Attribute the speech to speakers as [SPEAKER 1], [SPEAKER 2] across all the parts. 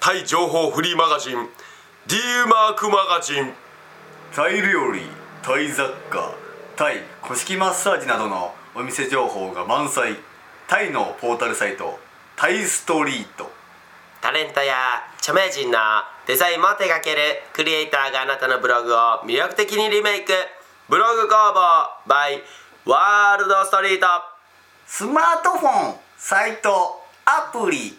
[SPEAKER 1] タイ情報フリーマガジン D マークマガジン
[SPEAKER 2] タイ料理タイ雑貨タイ古式マッサージなどのお店情報が満載タイのポータルサイトタイストリート
[SPEAKER 1] タレントや著名人のデザインも手掛けるクリエイターがあなたのブログを魅力的にリメイクブログ工房 by ワールドストリート
[SPEAKER 2] スマートフォンサイトアプリ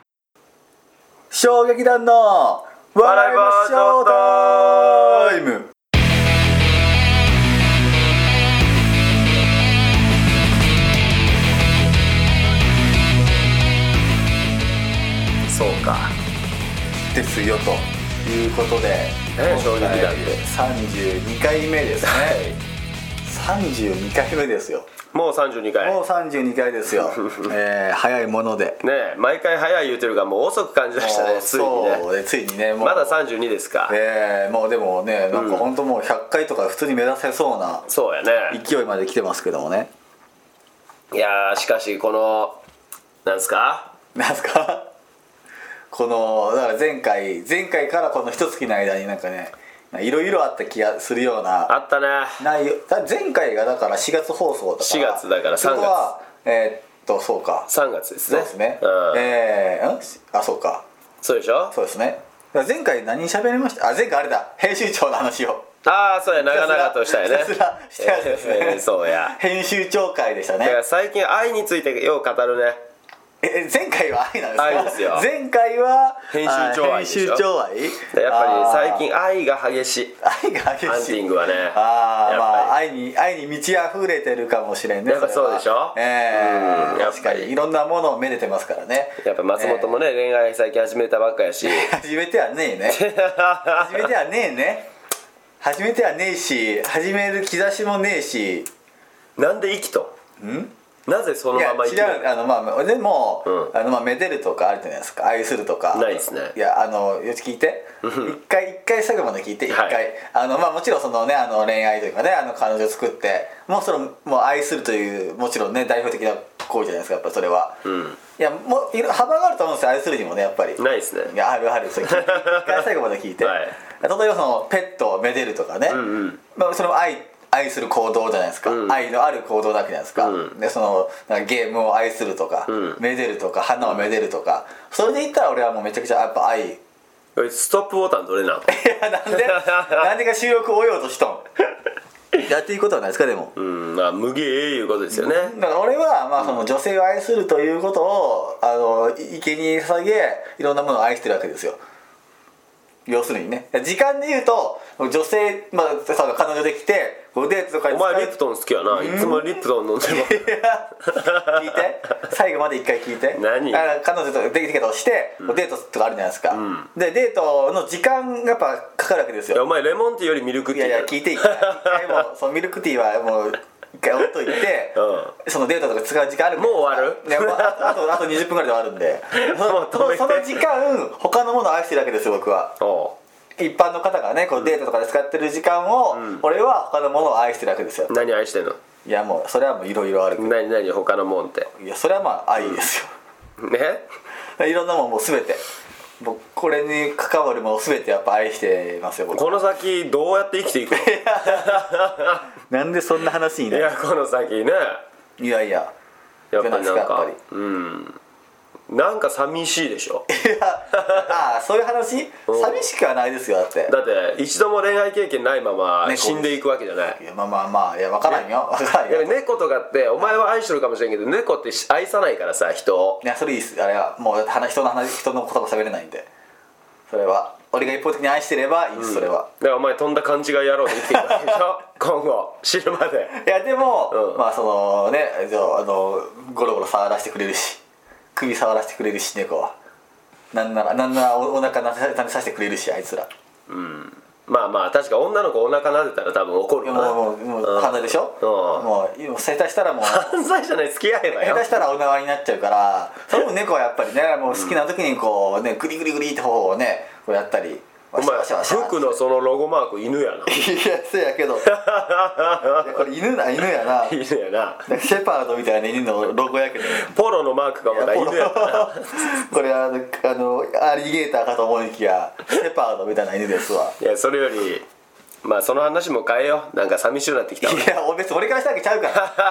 [SPEAKER 2] 衝撃団の笑いましょうタイムそうかですよということで
[SPEAKER 1] ね衝撃弾で
[SPEAKER 2] 32回目ですね32回目ですよ
[SPEAKER 1] もう32回
[SPEAKER 2] もう32回ですよ、えー早いもので
[SPEAKER 1] ねえ毎回早い言うてるからもう遅く感じました
[SPEAKER 2] も
[SPEAKER 1] ね
[SPEAKER 2] う
[SPEAKER 1] ついにね
[SPEAKER 2] そうでついにねもう
[SPEAKER 1] まだ32ですか、
[SPEAKER 2] えーもうでもねなんか本当もう100回とか普通に目指せそうな
[SPEAKER 1] そうやね
[SPEAKER 2] 勢いまで来てますけどもね
[SPEAKER 1] いやーしかしこのなんすか
[SPEAKER 2] なんすかこのだから前回前回からこの一月の間になんかねいろいろあった気がするような
[SPEAKER 1] あったね
[SPEAKER 2] 内容だ前回がだから4月放送だから
[SPEAKER 1] 4月だから
[SPEAKER 2] そこはえーっとそうか
[SPEAKER 1] 3月です
[SPEAKER 2] そう
[SPEAKER 1] ね
[SPEAKER 2] ですね、
[SPEAKER 1] うん
[SPEAKER 2] えー、んあそうか
[SPEAKER 1] そうでしょ
[SPEAKER 2] そうですねだから前回何喋りましたあ前回あれだ編集長の話を
[SPEAKER 1] ああそうや長々としたよね
[SPEAKER 2] ひたすらしたやつですね、
[SPEAKER 1] えーそうや
[SPEAKER 2] 編集長会でした
[SPEAKER 1] だから
[SPEAKER 2] ね
[SPEAKER 1] 最近愛についてよう語るね
[SPEAKER 2] え前回は愛なんですか
[SPEAKER 1] 愛ですよ
[SPEAKER 2] 前回は
[SPEAKER 1] 編集長愛
[SPEAKER 2] あ
[SPEAKER 1] で
[SPEAKER 2] 編
[SPEAKER 1] しょ
[SPEAKER 2] 集長愛
[SPEAKER 1] やっぱり最
[SPEAKER 2] 近
[SPEAKER 1] 近愛が激しい
[SPEAKER 2] 愛が激しい
[SPEAKER 1] ハンティングはね
[SPEAKER 2] ああ
[SPEAKER 1] やっぱり
[SPEAKER 2] まあ愛に愛に満ち溢れてるかもしれんね
[SPEAKER 1] やっぱ
[SPEAKER 2] れは
[SPEAKER 1] そうでしょ
[SPEAKER 2] え
[SPEAKER 1] うん
[SPEAKER 2] え
[SPEAKER 1] やっぱり
[SPEAKER 2] 確かにいろんなものをめでてますからね
[SPEAKER 1] やっぱ松本もね、恋愛最近始めたばっかやし
[SPEAKER 2] えー始めてはねえね始めてはねえね始めてはねえし始める兆しもねえし
[SPEAKER 1] なんで生きとんなぜそ
[SPEAKER 2] い
[SPEAKER 1] の
[SPEAKER 2] や
[SPEAKER 1] まま生きる
[SPEAKER 2] 違うあのまあでも、
[SPEAKER 1] う
[SPEAKER 2] あのまあめでるとかあるじゃないですか愛するとか
[SPEAKER 1] ないですね
[SPEAKER 2] いやあのよち聞いて一回一回最後まで聞いて一回、
[SPEAKER 1] はい
[SPEAKER 2] あのまあもちろんそのねあの恋愛というかねあの彼女を作ってもうそれもう愛するというもちろんね代表的な行為じゃないですかやっぱりそれは、
[SPEAKER 1] ん
[SPEAKER 2] いやもういろ幅があると思うんですよ愛するにもねやっぱり
[SPEAKER 1] ないですね
[SPEAKER 2] いやあるあるそれ聞いて 一回最後まで聞いて、
[SPEAKER 1] はい
[SPEAKER 2] 例えばそのペットをめでるとかね、
[SPEAKER 1] うん
[SPEAKER 2] まあ、それも愛愛する行動じゃないですか、
[SPEAKER 1] うん
[SPEAKER 2] 愛のある行動だけじゃないですか、
[SPEAKER 1] うん
[SPEAKER 2] でそのなんかゲームを愛するとか、
[SPEAKER 1] うん
[SPEAKER 2] めでるとか花をめでるとかそれで言ったら俺はもうめちゃくちゃやっぱ愛 い
[SPEAKER 1] これストップボタンどれなの
[SPEAKER 2] やなんでなんでか収録を終えようとしと んやっていくことはないですかでも
[SPEAKER 1] うんまあ無限いうことですよね、
[SPEAKER 2] だから俺はまあその女性を愛するということをあのい生贄に捧げいろんなものを愛してるわけですよ要するにね時間で言うと女性まあその彼女できてこうデートとかに
[SPEAKER 1] お
[SPEAKER 2] 使う
[SPEAKER 1] 前リプトン好きやないつもリプトン飲んでる
[SPEAKER 2] いや聞いて最後まで一回聞いて
[SPEAKER 1] 何
[SPEAKER 2] あ彼女とデートをして、デートとかあるじゃないですか、
[SPEAKER 1] ん
[SPEAKER 2] でデートの時間がやっぱかかるわけで
[SPEAKER 1] い
[SPEAKER 2] す
[SPEAKER 1] やお
[SPEAKER 2] よ
[SPEAKER 1] 前レモンティーよりミルク
[SPEAKER 2] い
[SPEAKER 1] ティ
[SPEAKER 2] や
[SPEAKER 1] ー
[SPEAKER 2] い
[SPEAKER 1] だ
[SPEAKER 2] や
[SPEAKER 1] ろ
[SPEAKER 2] 聞いて一回一回もうそのミルクティーはもう一回置いといて、
[SPEAKER 1] う
[SPEAKER 2] そのデートとか使う時間ある
[SPEAKER 1] もう終わる
[SPEAKER 2] いやもうあとあとあと20分ぐらいで終わるん で
[SPEAKER 1] もう止
[SPEAKER 2] そ
[SPEAKER 1] め
[SPEAKER 2] の
[SPEAKER 1] て
[SPEAKER 2] その時間他のものを愛してるわけですよ僕は
[SPEAKER 1] お
[SPEAKER 2] 一般の方がねこうデートとかで使ってる時間を、俺は他のものを愛してるわけですよ
[SPEAKER 1] う何愛してんの
[SPEAKER 2] いやもうそれはもういろいろあるけ
[SPEAKER 1] 何何他のもんって
[SPEAKER 2] どいやそれはまあ愛ですよ、
[SPEAKER 1] ね
[SPEAKER 2] いろんなもんもう全て僕これに関わるもの全てやっぱ愛してますよ僕
[SPEAKER 1] この先どうやって生きていくの い
[SPEAKER 2] なんでそんな話になる
[SPEAKER 1] やこの先ね
[SPEAKER 2] いやいや
[SPEAKER 1] やっぱりなん
[SPEAKER 2] じゃないですかやっ
[SPEAKER 1] か
[SPEAKER 2] ぱり
[SPEAKER 1] うんなんか寂しいでしょ
[SPEAKER 2] いやああそういう話
[SPEAKER 1] うん
[SPEAKER 2] 寂しくはないですよだって
[SPEAKER 1] だって一度も恋愛経験ないまま
[SPEAKER 2] ね
[SPEAKER 1] 死んでいくわけじゃない
[SPEAKER 2] いやまあまあまあいや分からんよ分からん
[SPEAKER 1] いや
[SPEAKER 2] よ
[SPEAKER 1] 猫とかってお前は愛してるかもしれんけど猫って愛さないからさ人を
[SPEAKER 2] いやそれいいっすあれはもう話人の話人の言葉喋れないんでそれは俺が一方的に愛してればいいっす、それは
[SPEAKER 1] だからお前とんだ勘違い野郎で生きていくわけでし ょ今後死ぬまで
[SPEAKER 2] いやでも、
[SPEAKER 1] うん
[SPEAKER 2] まあそのねじゃああのゴロゴロ触らせてくれるし首触らせてくれるし猫はなんならなんならおお腹なでなでさせてくれるしあいつら
[SPEAKER 1] まあまあ確か女の子お腹撫でたら多分怒る
[SPEAKER 2] いや
[SPEAKER 1] よ
[SPEAKER 2] も
[SPEAKER 1] な
[SPEAKER 2] うもうもう犯罪でしょ、
[SPEAKER 1] うん
[SPEAKER 2] もうもう下手したらもう
[SPEAKER 1] 犯罪じゃない付き合えば
[SPEAKER 2] 下
[SPEAKER 1] よ
[SPEAKER 2] 手したらお縄になっちゃうからそれも猫はやっぱりねもう好きな時にこうねグリグリグリって方をねこうやったり
[SPEAKER 1] お前
[SPEAKER 2] わしゃわしゃわしゃ
[SPEAKER 1] 服のそのロゴマーク犬やな
[SPEAKER 2] いやそうや けどいやこれ犬な犬やな
[SPEAKER 1] 犬やな
[SPEAKER 2] なんかシェパードみたいな犬のロゴやけど
[SPEAKER 1] ポロのマークがまだ犬やったな
[SPEAKER 2] これあのあのアリゲーターかと思いきやシェパードみたいな犬ですわ
[SPEAKER 1] いやそれよりまあその話も変えようなんか寂しくなってきたわ
[SPEAKER 2] いや俺別に俺からしたわけちゃうか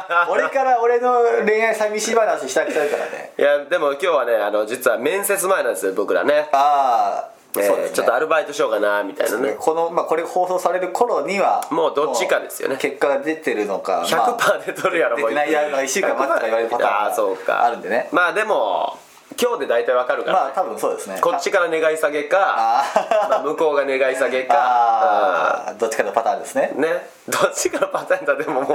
[SPEAKER 2] ら 俺から俺の恋愛寂しい話したわけちゃうからね
[SPEAKER 1] いやでも今日はねあの実は面接前なんですよ僕らね
[SPEAKER 2] ああ
[SPEAKER 1] えー
[SPEAKER 2] そうですね
[SPEAKER 1] ちょっとアルバイトしようかなみたいなね
[SPEAKER 2] この、まあ、これ放送される頃には
[SPEAKER 1] もうどっちかですよね
[SPEAKER 2] もう結果が出てるのかまあ
[SPEAKER 1] 100%で取るやろ
[SPEAKER 2] 出てないや1週間待ったら言われるパターン
[SPEAKER 1] ああ
[SPEAKER 2] が
[SPEAKER 1] そうか
[SPEAKER 2] あるんでね
[SPEAKER 1] まあでも今日で大体わかるから、
[SPEAKER 2] まあ
[SPEAKER 1] ね
[SPEAKER 2] 多分そうですね
[SPEAKER 1] こっちから願い下げか
[SPEAKER 2] あー
[SPEAKER 1] まあ、向こうが願い下げか
[SPEAKER 2] ああどっちかのパターンですね
[SPEAKER 1] うんねどっちからパターンだでももう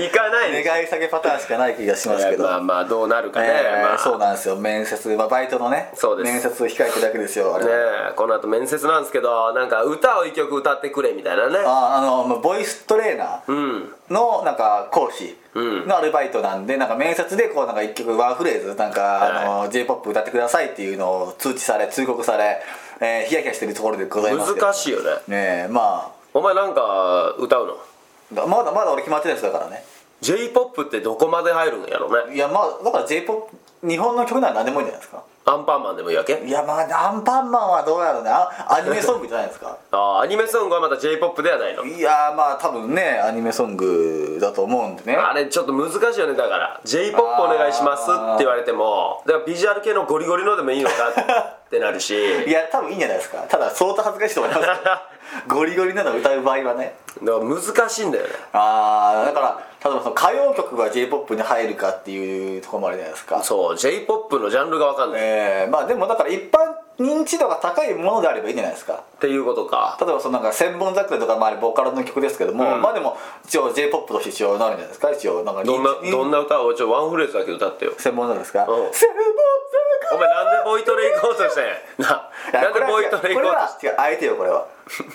[SPEAKER 1] いかない でしょ
[SPEAKER 2] 願い下げパターンしかない気がしますけど、
[SPEAKER 1] まあまあどうなるかね、
[SPEAKER 2] えー
[SPEAKER 1] まあ、
[SPEAKER 2] そうなんですよ面接、まあ、バイトのね
[SPEAKER 1] そうです
[SPEAKER 2] 面接を控えてるだけですよあれ、
[SPEAKER 1] ねえこの後面接なんですけどなんか歌を一曲歌ってくれみたいなね
[SPEAKER 2] ああのまあボイストレーナ
[SPEAKER 1] う
[SPEAKER 2] ー
[SPEAKER 1] ん
[SPEAKER 2] のなんか講師
[SPEAKER 1] うん
[SPEAKER 2] のアルバイトなんで、なんか面接でこうなんか一曲ワンフレーズなんか、あの J−POP 歌ってくださいっていうのを通知され通告され、えー、ヒヤヒヤしてるところでございますけど
[SPEAKER 1] 難しいよね
[SPEAKER 2] ねえま
[SPEAKER 1] お前なんか歌うの
[SPEAKER 2] あだまだまだ俺決まってないですだからね
[SPEAKER 1] j p o p ってどこまで入るんやろね
[SPEAKER 2] いやまあだから J−POP 日本の曲なら何でもいいんじゃないですか
[SPEAKER 1] アンパンマンでもいいわけ
[SPEAKER 2] いやまあアンパンマンはどうやろうねあアニメソングじゃないですか
[SPEAKER 1] ああアニメソングはまた j p o p ではないの
[SPEAKER 2] いやまあ多分ねアニメソングだと思うんでね
[SPEAKER 1] あれちょっと難しいよねだから j p o p お願いしますって言われてもだからビジュアル系のゴリゴリのでもいいのかってなる し
[SPEAKER 2] いや多分いいんじゃないですかただ相当恥ずかしいと思います けどゴリゴリなの歌う場合はね
[SPEAKER 1] だから難しいんだよね
[SPEAKER 2] ああだから例えばその歌謡曲が j p o p に入るかっていうところもあるじゃないですか
[SPEAKER 1] そう j p o p のジャンルがわかんないっ
[SPEAKER 2] えー、まあでもだから一般認知度が高いものであればいいんじゃないですか
[SPEAKER 1] ていうことか
[SPEAKER 2] 例えばそのなんか千本桜とかまああれボカロの曲ですけども、まあでも一応 j p o p として一応なるんじゃないですか一応なんか認知
[SPEAKER 1] どんな
[SPEAKER 2] 認
[SPEAKER 1] どんな歌をちょワンフレーズだけ歌ってよ
[SPEAKER 2] 千本桜ですか
[SPEAKER 1] うん
[SPEAKER 2] 千本桜
[SPEAKER 1] お前なんでボイトレ行こうとしてん ななんでボイトレ行こうとして
[SPEAKER 2] これは違う相手よこれは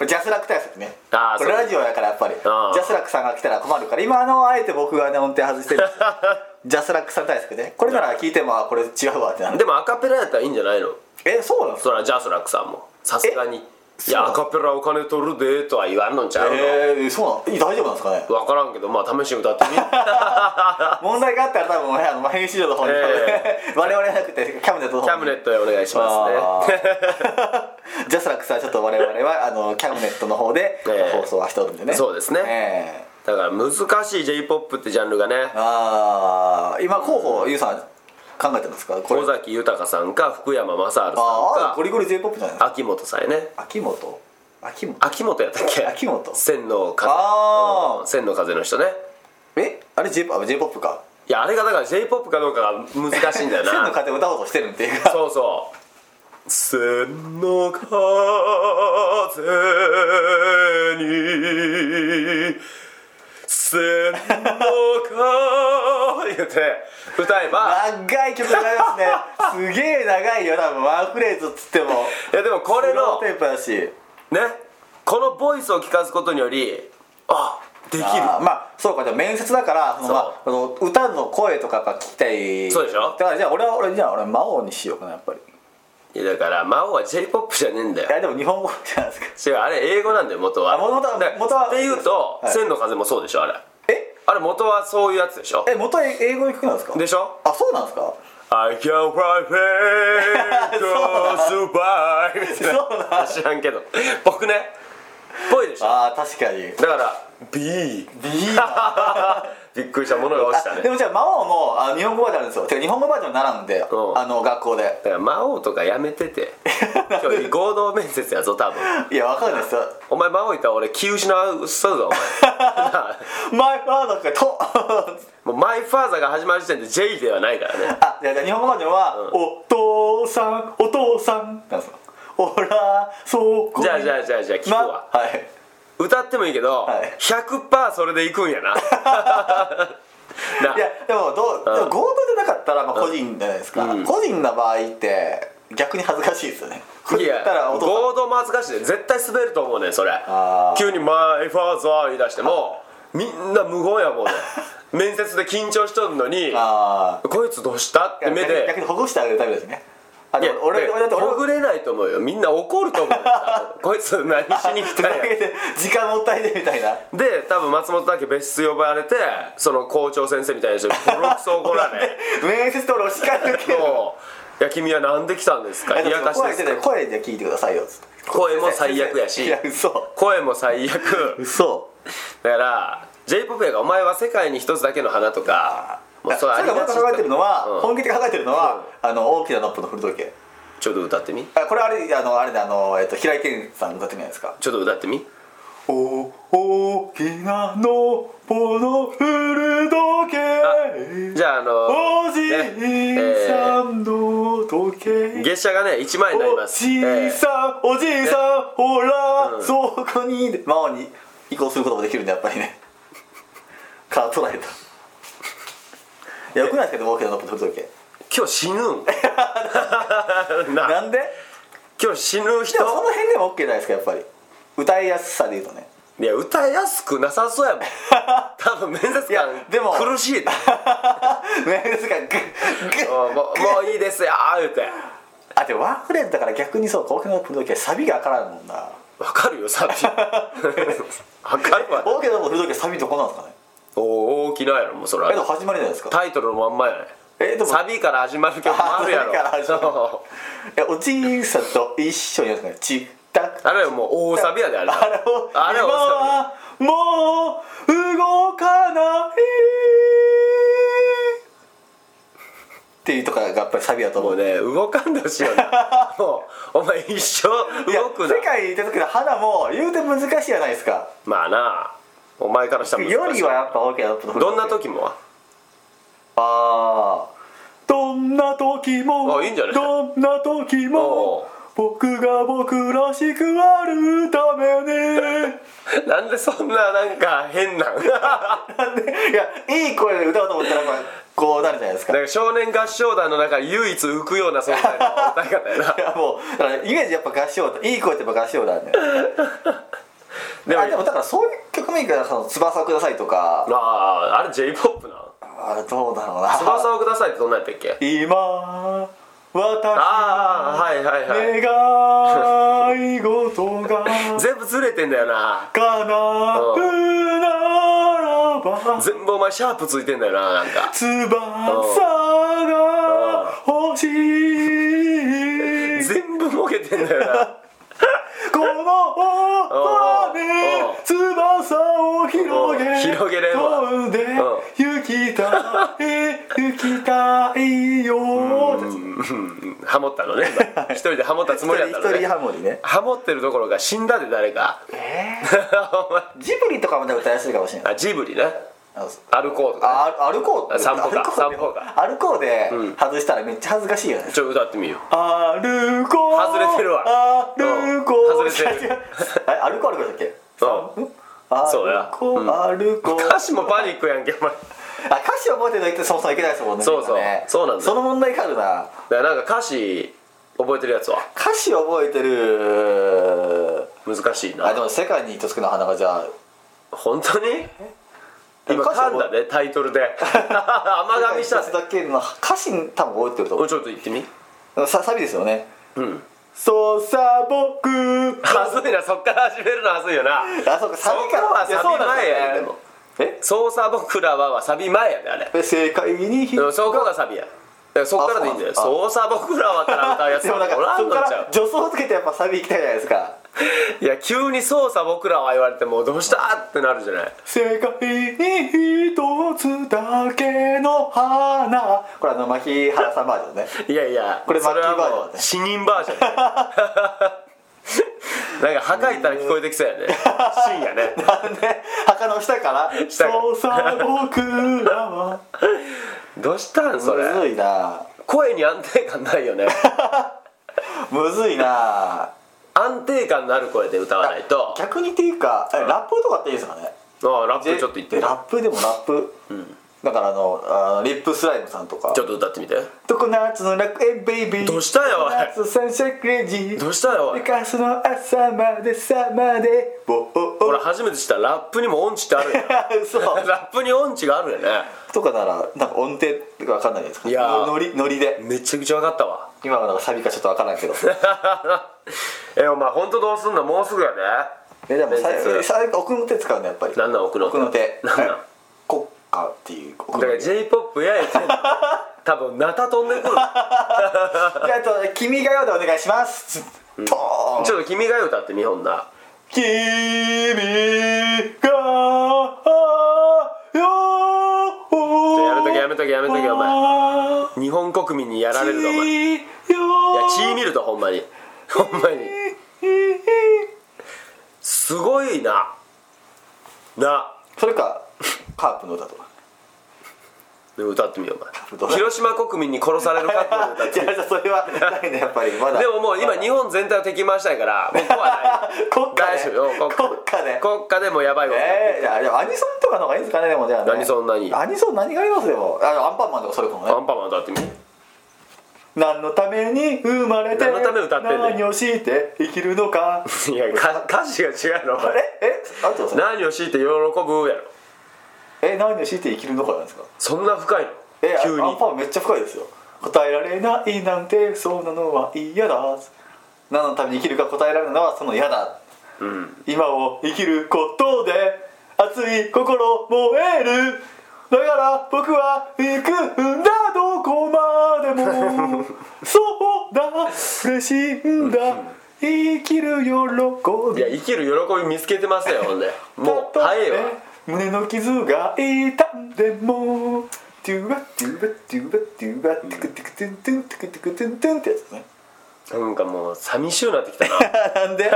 [SPEAKER 2] ジャスラック対策ね
[SPEAKER 1] あー
[SPEAKER 2] これ
[SPEAKER 1] そう
[SPEAKER 2] ラジオやからやっぱりジ
[SPEAKER 1] あー
[SPEAKER 2] ャスラックさんが来たら困るから今あのあえて僕がね音程外してるんですよ ジャスラックさん対策ねこれなら聞いてもあこれ違うわってなる
[SPEAKER 1] でもアカペラやったらいいんじゃないの
[SPEAKER 2] えそうなんですか
[SPEAKER 1] そらジャスラックさんもさすがにい
[SPEAKER 2] そうな
[SPEAKER 1] やア
[SPEAKER 2] の
[SPEAKER 1] カペラお金取るでとは言わんのんちゃうの、
[SPEAKER 2] えー、そうなんえ大丈夫なんですかね
[SPEAKER 1] 分からんけどまあ試しに歌ってみ
[SPEAKER 2] 問題があったら多分あの編集長の方に、
[SPEAKER 1] え
[SPEAKER 2] 我々じゃなくてキャムネットの方に
[SPEAKER 1] キャムネットへお願いしま
[SPEAKER 2] あ
[SPEAKER 1] すね
[SPEAKER 2] ー ジャスラックさんはちょっと我々はあのキャムネットの方で
[SPEAKER 1] ええ
[SPEAKER 2] 放送はしておるんでね、
[SPEAKER 1] そうですね
[SPEAKER 2] ええ
[SPEAKER 1] だから難しい j p o p ってジャンルがね
[SPEAKER 2] ああ今候補ゆうさん考えてますかこれ
[SPEAKER 1] 尾崎豊さんか福山雅治さん
[SPEAKER 2] ああ
[SPEAKER 1] か
[SPEAKER 2] ゴリゴリ j p o p じゃないですか
[SPEAKER 1] 秋元さんやね
[SPEAKER 2] 秋元秋元
[SPEAKER 1] 秋元やったっけ
[SPEAKER 2] 秋元
[SPEAKER 1] 千の風
[SPEAKER 2] あー
[SPEAKER 1] 千の風の人ね
[SPEAKER 2] えあれ j p o p か
[SPEAKER 1] いやあれがだから j p o p かどうかが難しいんだよ
[SPEAKER 2] 千の
[SPEAKER 1] な
[SPEAKER 2] 風歌おうとしてるっていうか
[SPEAKER 1] そうそう千の風に千の風言って歌えば
[SPEAKER 2] 長い曲流れますねすげえ長いよ多分ワンフレーズっつっても
[SPEAKER 1] いやでもこれの
[SPEAKER 2] スローテープだし
[SPEAKER 1] ねこのボイスを聞かすことによりあできる
[SPEAKER 2] あーまあそうかじゃあ面接だからその、まあ、
[SPEAKER 1] そ
[SPEAKER 2] その歌の声とかが聞きたい
[SPEAKER 1] そうでしょ
[SPEAKER 2] だからじゃあ俺は俺じゃあ俺魔王にしようかなやっぱり
[SPEAKER 1] いやだから魔王は j p o p じゃねえんだ
[SPEAKER 2] い
[SPEAKER 1] よ
[SPEAKER 2] やでも日本語じゃないですか
[SPEAKER 1] 違うあれ英語なんだよ元は
[SPEAKER 2] あ元々は
[SPEAKER 1] だから
[SPEAKER 2] 元は
[SPEAKER 1] っていうと「
[SPEAKER 2] はい
[SPEAKER 1] 千の風」もそうでしょあれ
[SPEAKER 2] え
[SPEAKER 1] あれ元はそういうやつでしょ
[SPEAKER 2] え元は英語の曲なんですか
[SPEAKER 1] でしょ
[SPEAKER 2] あそうなんですか
[SPEAKER 1] I can fly fake
[SPEAKER 2] そ
[SPEAKER 1] goes by
[SPEAKER 2] そうなん
[SPEAKER 1] 知らんけど僕ねぽいでしょ
[SPEAKER 2] あー確かに
[SPEAKER 1] だから B
[SPEAKER 2] ビーバー
[SPEAKER 1] びっくりしたものが落ちた
[SPEAKER 2] あで
[SPEAKER 1] ね
[SPEAKER 2] もじゃあ魔王もあ日本語バージョンあるんですよてか日本語バージョン習うんで
[SPEAKER 1] うん
[SPEAKER 2] あの学校で
[SPEAKER 1] だから魔王とかやめて て今日合同面接やぞ多分
[SPEAKER 2] いやわかるんないですよ
[SPEAKER 1] お前魔王いたら俺気失うそうぞお前 なあ
[SPEAKER 2] マイファードかと
[SPEAKER 1] もうマイファーザーが始まる時点で J ではないからね
[SPEAKER 2] あじゃあじゃあ日本語バージョンは、
[SPEAKER 1] う
[SPEAKER 2] お父さんお父さんなんですよおらそうこ
[SPEAKER 1] じゃあじゃあじゃあじゃあ聞く
[SPEAKER 2] ま
[SPEAKER 1] わ、
[SPEAKER 2] はい
[SPEAKER 1] 歌ってもいいけど、
[SPEAKER 2] はい
[SPEAKER 1] 100%それでいくんや なない
[SPEAKER 2] やでもどう、
[SPEAKER 1] うん
[SPEAKER 2] でも合同じゃなかったらまあ個人じゃないですか、
[SPEAKER 1] うん
[SPEAKER 2] 個人な場合って逆に恥ずかしいですよね個
[SPEAKER 1] い
[SPEAKER 2] 人だったら
[SPEAKER 1] や
[SPEAKER 2] お父さん
[SPEAKER 1] 合同も恥ずかしいね絶対滑ると思うねんそれ
[SPEAKER 2] あー
[SPEAKER 1] 急に「マイファーザー」言い出してもみんな無言や もんね面接で緊張しとんのに
[SPEAKER 2] あ
[SPEAKER 1] 「こいつどうした?」って目
[SPEAKER 2] 逆に
[SPEAKER 1] で
[SPEAKER 2] 逆にほぐしてあげるためですねあ
[SPEAKER 1] い
[SPEAKER 2] で
[SPEAKER 1] や
[SPEAKER 2] も俺
[SPEAKER 1] で
[SPEAKER 2] 俺だって俺
[SPEAKER 1] ほぐれないと思うよみんな怒ると 思うよ多分こいつ何しに来たんや
[SPEAKER 2] で時間もったいねみたいな
[SPEAKER 1] で多分松本だけ別室呼ばれてその校長先生みたいな人にボロクソ怒られ
[SPEAKER 2] 面接と俺を叱るけど
[SPEAKER 1] もう「いや君は何で来たんですか?」冷やかしで
[SPEAKER 2] 声
[SPEAKER 1] す
[SPEAKER 2] で
[SPEAKER 1] か
[SPEAKER 2] 声で聞いてくださいよつって
[SPEAKER 1] 声も最悪や
[SPEAKER 2] い
[SPEAKER 1] し
[SPEAKER 2] や嘘
[SPEAKER 1] 声も最悪
[SPEAKER 2] 嘘
[SPEAKER 1] だから j p o p やが「お前は世界に一つだけの花」とかもう
[SPEAKER 2] それ
[SPEAKER 1] あり
[SPEAKER 2] が
[SPEAKER 1] がち
[SPEAKER 2] 僕が考えてるのは、
[SPEAKER 1] うん
[SPEAKER 2] 本気で考えてるのは、あの大きなノップの古時計
[SPEAKER 1] ちょっと歌ってみ
[SPEAKER 2] あこれあれあのあれであの、えっと、平井堅さん歌ってるじゃないですか
[SPEAKER 1] ちょっと歌ってみ
[SPEAKER 2] 「お大きなノッポの古時計」
[SPEAKER 1] じゃああの
[SPEAKER 2] おじ
[SPEAKER 1] ね
[SPEAKER 2] いさんの時計、
[SPEAKER 1] えー月謝がね1万円になりま
[SPEAKER 2] お
[SPEAKER 1] す
[SPEAKER 2] じ
[SPEAKER 1] え
[SPEAKER 2] い
[SPEAKER 1] ー
[SPEAKER 2] さん、おじいさん、ほら、
[SPEAKER 1] うん
[SPEAKER 2] そこにで魔王に移行することもできるんでやっぱりねカートライトいやよくないですかでも大きなノッポ取る時
[SPEAKER 1] 今日死ぬんな
[SPEAKER 2] なんで
[SPEAKER 1] 今日死ぬ
[SPEAKER 2] でもそ
[SPEAKER 1] 人
[SPEAKER 2] の辺でも OK じゃないですかやっぱり歌いやすさで言うとね
[SPEAKER 1] いや歌いやすくなさそうやもん多分面接
[SPEAKER 2] いや
[SPEAKER 1] 官
[SPEAKER 2] でも
[SPEAKER 1] 苦しい
[SPEAKER 2] ねですかグッグッ
[SPEAKER 1] もうもうもういいですよ言うて
[SPEAKER 2] あでもワークレンだから逆にそう大きなノッポ取る時はサビが分からんも んな
[SPEAKER 1] わかるよサ ビわかるわ
[SPEAKER 2] 大きなノッポ取る時はサビどこなんですかね
[SPEAKER 1] 大きなやろもうそれ
[SPEAKER 2] えでも
[SPEAKER 1] は
[SPEAKER 2] 始まりじゃないですか
[SPEAKER 1] タイトルのまんまやね
[SPEAKER 2] えでも
[SPEAKER 1] サビから始まる曲もあるやろ
[SPEAKER 2] あサビから始まる
[SPEAKER 1] そう
[SPEAKER 2] いやおじいさんと一緒にやるんですかねチッタク
[SPEAKER 1] あれはもう大サビやであれ
[SPEAKER 2] あれを
[SPEAKER 1] あれ
[SPEAKER 2] 今
[SPEAKER 1] は
[SPEAKER 2] はもう動かないっていうとかがやっぱりサビだと思
[SPEAKER 1] も
[SPEAKER 2] う
[SPEAKER 1] うね動かんでほしい よなもうお前一生
[SPEAKER 2] いや
[SPEAKER 1] 動くな
[SPEAKER 2] 世界に行った時の花も言うて難しいじゃないですか
[SPEAKER 1] まあなお前からしたら
[SPEAKER 2] よ
[SPEAKER 1] 難し
[SPEAKER 2] り
[SPEAKER 1] い
[SPEAKER 2] はやっぱ大きなアップの
[SPEAKER 1] どんな時もは
[SPEAKER 2] ああどんな時も
[SPEAKER 1] あいいんじゃない
[SPEAKER 2] どんな時
[SPEAKER 1] おう
[SPEAKER 2] も僕が僕らしくあるために
[SPEAKER 1] なんでそんななんか変 なん
[SPEAKER 2] なんでいやいい声で歌おうと思ったらやっぱこうなるじゃないですか
[SPEAKER 1] なんか少年合唱団の中で唯一浮くような存在の歌い方やない
[SPEAKER 2] やもうだからイメージやっぱ合唱だいい声ってやっぱ合唱だね
[SPEAKER 1] でも
[SPEAKER 2] あでもだからそういう曲名からその翼をくださいとか
[SPEAKER 1] ああれ j p o p なん
[SPEAKER 2] あれどうだろうな
[SPEAKER 1] 翼をくださいってどんなんやったっけ
[SPEAKER 2] 今
[SPEAKER 1] ああ
[SPEAKER 2] 私
[SPEAKER 1] はいはいはい
[SPEAKER 2] 願い事が
[SPEAKER 1] 全部ずれてんだよな
[SPEAKER 2] 叶うならば
[SPEAKER 1] 全部お前シャープついてんだよななんか
[SPEAKER 2] 翼が欲しい
[SPEAKER 1] 全部ボケてんだよな
[SPEAKER 2] この場で翼を広
[SPEAKER 1] うん
[SPEAKER 2] げ
[SPEAKER 1] 広げれば
[SPEAKER 2] 飛んで行きたい行きたいよ
[SPEAKER 1] うんハモったのね今一人でハモったつもりやったのね
[SPEAKER 2] モニね
[SPEAKER 1] ハモってるところが死んだで誰か
[SPEAKER 2] え
[SPEAKER 1] お前
[SPEAKER 2] ージブリとかまで歌いやすいかもしれな い
[SPEAKER 1] あジブリね
[SPEAKER 2] あ
[SPEAKER 1] 歩こうとか
[SPEAKER 2] あ歩こうって
[SPEAKER 1] 散歩か
[SPEAKER 2] 歩
[SPEAKER 1] 散歩
[SPEAKER 2] こうで
[SPEAKER 1] か
[SPEAKER 2] 歩こうで外したらめっちゃ恥ずかしいよね
[SPEAKER 1] ちょっと歌ってみよ
[SPEAKER 2] 歩こう
[SPEAKER 1] 外れてるわ
[SPEAKER 2] 歩こう
[SPEAKER 1] うん外れてる
[SPEAKER 2] あれ歩こう歩こうだっけ
[SPEAKER 1] ううんそうや
[SPEAKER 2] 歩こう歩こう
[SPEAKER 1] 歌詞もパニックやんけお前
[SPEAKER 2] あ歌詞を覚えてないとそもそもいけないですもんね
[SPEAKER 1] そうそう
[SPEAKER 2] みんね
[SPEAKER 1] そうなんだよ
[SPEAKER 2] その問題がある
[SPEAKER 1] だ
[SPEAKER 2] な
[SPEAKER 1] からなんか歌詞覚えてるやつは
[SPEAKER 2] 歌詞を覚えてる
[SPEAKER 1] 難しいな
[SPEAKER 2] あでも「世界に一つの花」がじゃあ
[SPEAKER 1] 本当に今
[SPEAKER 2] 歌詞
[SPEAKER 1] 噛んだねタイトル で甘噛みした
[SPEAKER 2] 世界に一
[SPEAKER 1] ね
[SPEAKER 2] つだけの歌詞多分覚えてる
[SPEAKER 1] も
[SPEAKER 2] と思
[SPEAKER 1] うちょっと言ってみ
[SPEAKER 2] うさサビですよね
[SPEAKER 1] うん
[SPEAKER 2] そうさ僕
[SPEAKER 1] はずいなそっから始めるのはずいよな
[SPEAKER 2] あそうかサビか
[SPEAKER 1] そこは
[SPEAKER 2] らいや
[SPEAKER 1] サビ
[SPEAKER 2] そうなんですよね
[SPEAKER 1] 前やでも
[SPEAKER 2] え
[SPEAKER 1] 操作僕らははサビ前やであれ
[SPEAKER 2] え世界に
[SPEAKER 1] でもそこがサビやだからそっからでいいんじゃない
[SPEAKER 2] あそう
[SPEAKER 1] 操作僕らはから歌うやつ
[SPEAKER 2] でもなん
[SPEAKER 1] おら
[SPEAKER 2] か
[SPEAKER 1] ん
[SPEAKER 2] そ
[SPEAKER 1] の
[SPEAKER 2] こ
[SPEAKER 1] ち
[SPEAKER 2] か
[SPEAKER 1] ゃ
[SPEAKER 2] ら助走をつけてやっぱサビ行きたいじゃないですか
[SPEAKER 1] いや急に操作僕らは言われてもどうしたってなるじゃない
[SPEAKER 2] 世界に一つだけの花これあの牧原さんバージョンね
[SPEAKER 1] いやいや
[SPEAKER 2] これ
[SPEAKER 1] それは
[SPEAKER 2] マッキーバージョン
[SPEAKER 1] も
[SPEAKER 2] だ
[SPEAKER 1] う
[SPEAKER 2] ね
[SPEAKER 1] 死人バージョ ンなんか破壊ったら聞こえてきそうやね深夜ね
[SPEAKER 2] なんで墓の下から「
[SPEAKER 1] 下から
[SPEAKER 2] そうさ僕らは」
[SPEAKER 1] どうしたんそ
[SPEAKER 2] むず
[SPEAKER 1] れ
[SPEAKER 2] いな
[SPEAKER 1] 声に安定感ないよね
[SPEAKER 2] むずいな
[SPEAKER 1] 安定感のある声で歌わないと
[SPEAKER 2] 逆にっていうかえラップとかっていいですかね
[SPEAKER 1] ああラップちょっと言って
[SPEAKER 2] でラップでもラップ、だからあのあのリップスライムさんとか
[SPEAKER 1] ちょっと歌ってみて
[SPEAKER 2] 常夏の楽園ベイビー
[SPEAKER 1] どうしたよおい
[SPEAKER 2] 常夏サンシャインクレイジー
[SPEAKER 1] どうしたよおい
[SPEAKER 2] で明日の朝までさまでボおお
[SPEAKER 1] 俺初めて知ったラップにも音痴ってあるよ
[SPEAKER 2] 嘘
[SPEAKER 1] ラップに音痴があるよね
[SPEAKER 2] とかならなんか音程とか分かんないじゃないですか
[SPEAKER 1] いやー
[SPEAKER 2] ノリノリで
[SPEAKER 1] めちゃくちゃ分かったわ
[SPEAKER 2] 今のなんかサビかちょっと分からんけど
[SPEAKER 1] えお前本当どうすんのもうすぐやね
[SPEAKER 2] えでもさ
[SPEAKER 1] 面接
[SPEAKER 2] 最後奥の手使うのやっぱり
[SPEAKER 1] なんなん奥の手
[SPEAKER 2] 奥の手
[SPEAKER 1] なんなん
[SPEAKER 2] はい国歌っていう奥
[SPEAKER 1] だ
[SPEAKER 2] の手
[SPEAKER 1] から j p o p や AKB 多分ナタ飛んでくる
[SPEAKER 2] じゃああと「君が代」でお願いしますポーン
[SPEAKER 1] ちょっと君が代歌ってみほんな
[SPEAKER 2] 君
[SPEAKER 1] ちょ
[SPEAKER 2] がよ
[SPEAKER 1] やめとけやめとけやめとけお前
[SPEAKER 2] 前
[SPEAKER 1] 日本国民にやられるぞお前いや血見るとほんまにほんまにすごいなな
[SPEAKER 2] それかカープの歌とか
[SPEAKER 1] で歌ってみよう
[SPEAKER 2] プ
[SPEAKER 1] お
[SPEAKER 2] どう
[SPEAKER 1] 前
[SPEAKER 2] だ
[SPEAKER 1] 広島国民に殺される覚悟で歌って
[SPEAKER 2] い やじゃあそれはないねやっぱりまだ
[SPEAKER 1] でももう今日本全体を敵回したいからもうここはない
[SPEAKER 2] 国家
[SPEAKER 1] 大
[SPEAKER 2] で
[SPEAKER 1] 丈夫よ
[SPEAKER 2] 国家で
[SPEAKER 1] 国家でもうやばいこと
[SPEAKER 2] えー、じゃあでもアニソンとかの方がいいんですかねでもじゃあ、ね、
[SPEAKER 1] アニソン何
[SPEAKER 2] アニソン何がありますでもあのアンパンマンとかそれかもね
[SPEAKER 1] アンパンマン歌ってみ
[SPEAKER 2] 何のために生まれて
[SPEAKER 1] 何のために歌ってんねん
[SPEAKER 2] 何をして生きるのか
[SPEAKER 1] いや歌歌詞が違うのお
[SPEAKER 2] あれ
[SPEAKER 1] 前
[SPEAKER 2] えあとさ
[SPEAKER 1] 何を強いて喜ぶやろ
[SPEAKER 2] え何を強いて生きるのかなんですか
[SPEAKER 1] そんな深いの
[SPEAKER 2] え
[SPEAKER 1] 急に
[SPEAKER 2] アンパンマンめっちゃ深いですよ答えられないなんてそうなのは嫌だ何のために生きるか答えられるのはその嫌だ
[SPEAKER 1] うん
[SPEAKER 2] 今を生きることで熱い心燃えるだから僕は行くんだどこまで もそうだ嬉しいんだ生きる
[SPEAKER 1] い
[SPEAKER 2] 喜
[SPEAKER 1] や
[SPEAKER 2] び
[SPEAKER 1] 生きる喜び見つけてますよほん でもう早いわ
[SPEAKER 2] 胸の傷が痛んでもトゥバトゥバトゥバトゥバテクテクテンテンテクテクテンテンってやつね
[SPEAKER 1] なんかもう寂しゅうなってきたな
[SPEAKER 2] なん で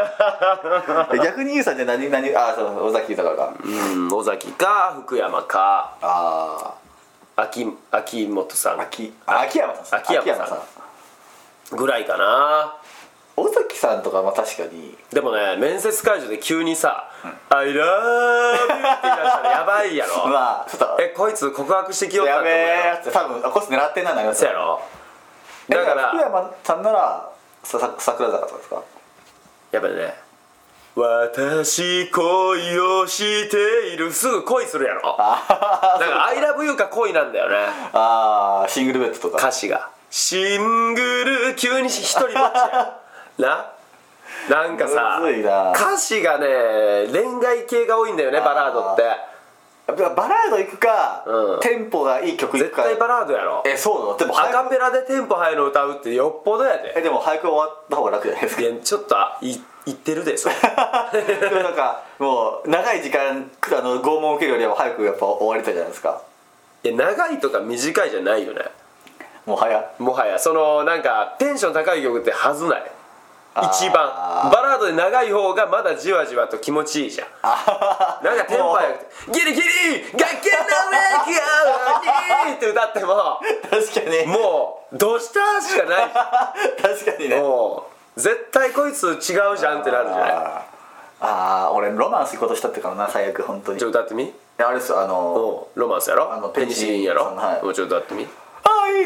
[SPEAKER 2] 逆にゆうさんじゃ何何あそうそう尾崎豊が
[SPEAKER 1] うん尾崎か福山か
[SPEAKER 2] ああ
[SPEAKER 1] 秋秋元さん
[SPEAKER 2] 秋あ秋山さん
[SPEAKER 1] 秋山さんぐらいかな
[SPEAKER 2] 尾崎さんとかまあ確かに
[SPEAKER 1] でもね面接会場で急にさ「I love you」って言い出したらやばいや ろ
[SPEAKER 2] まあちょっと
[SPEAKER 1] えこいつ告白してきよった
[SPEAKER 2] や
[SPEAKER 1] ん
[SPEAKER 2] べ
[SPEAKER 1] だ
[SPEAKER 2] えやつ多分あこいつ狙ってんなのよ
[SPEAKER 1] そうやろだか
[SPEAKER 2] 福
[SPEAKER 1] ら
[SPEAKER 2] 山さんならささ桜坂とかですか
[SPEAKER 1] やっぱりね「私恋をしている」すぐ恋するやろだから「I love you」か恋なんだよね
[SPEAKER 2] あーシングルベッドとか
[SPEAKER 1] 歌詞が「シングル」急に一人ぼっちやななんかさ
[SPEAKER 2] むずいな
[SPEAKER 1] 歌詞がね恋愛系が多いんだよねバラードって
[SPEAKER 2] やっぱバラード行くか、
[SPEAKER 1] うん
[SPEAKER 2] テンポがいい曲行く
[SPEAKER 1] 絶
[SPEAKER 2] か
[SPEAKER 1] 対バラードやろ
[SPEAKER 2] えそうなのでも
[SPEAKER 1] ア
[SPEAKER 2] 早
[SPEAKER 1] カ
[SPEAKER 2] く
[SPEAKER 1] ペラでテンポ速いの歌うってよっぽどやで
[SPEAKER 2] えでも早く終わった方が楽じゃないです
[SPEAKER 1] い
[SPEAKER 2] か
[SPEAKER 1] やちょっとあい言ってるでそれ
[SPEAKER 2] でもなんかもう長い時間あの拷問受けるよりは早くやっぱ終わりたいじゃないですか
[SPEAKER 1] いや長いとか短いじゃないよね
[SPEAKER 2] もう早
[SPEAKER 1] もはやそのなんかテンション高い曲ってはずない
[SPEAKER 2] あー
[SPEAKER 1] 一番バラードで長い方がまだじわじわと気持ちいいじゃ んなんかテンポ速くて「ギリギリ崖の上に」って歌っても
[SPEAKER 2] 確かに
[SPEAKER 1] もう「どうした?」しかないじ
[SPEAKER 2] 確かに
[SPEAKER 1] ゃん
[SPEAKER 2] ね
[SPEAKER 1] もう絶対こいつ違うじゃんってなるじゃない
[SPEAKER 2] あーあー俺ロマンス行こうとしたってからな最悪本当に
[SPEAKER 1] ちょっと歌ってみ
[SPEAKER 2] いやあれですよあの
[SPEAKER 1] おうロマンスや
[SPEAKER 2] あの
[SPEAKER 1] ろ
[SPEAKER 2] ペ
[SPEAKER 1] ペ
[SPEAKER 2] ニ
[SPEAKER 1] ニ
[SPEAKER 2] シ
[SPEAKER 1] シ
[SPEAKER 2] リ
[SPEAKER 1] リ
[SPEAKER 2] ン
[SPEAKER 1] ンやろ
[SPEAKER 2] さんはい
[SPEAKER 1] もうちょっと歌ってみ
[SPEAKER 2] 愛に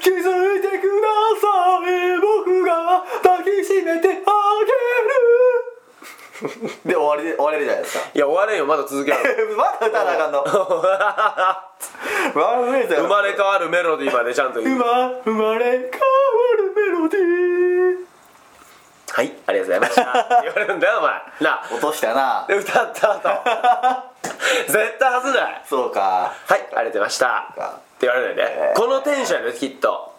[SPEAKER 2] 気づいてください僕が抱きしめてあげるで終わりで終われるじゃないですか
[SPEAKER 1] いや終われんよまだ続け ろ
[SPEAKER 2] まだ歌わなあかん のワンフレーズや
[SPEAKER 1] 生まれ変わるメロディーまでちゃんと言う
[SPEAKER 2] 生ま生まれ変わるメロディー
[SPEAKER 1] はいありがとうございました って言われるんだよお前なあ
[SPEAKER 2] 落としたな
[SPEAKER 1] で歌った後 絶対はずないはい
[SPEAKER 2] そうか
[SPEAKER 1] ありがとうございました
[SPEAKER 2] か
[SPEAKER 1] って言われないね、
[SPEAKER 2] えー
[SPEAKER 1] このテンションやできっと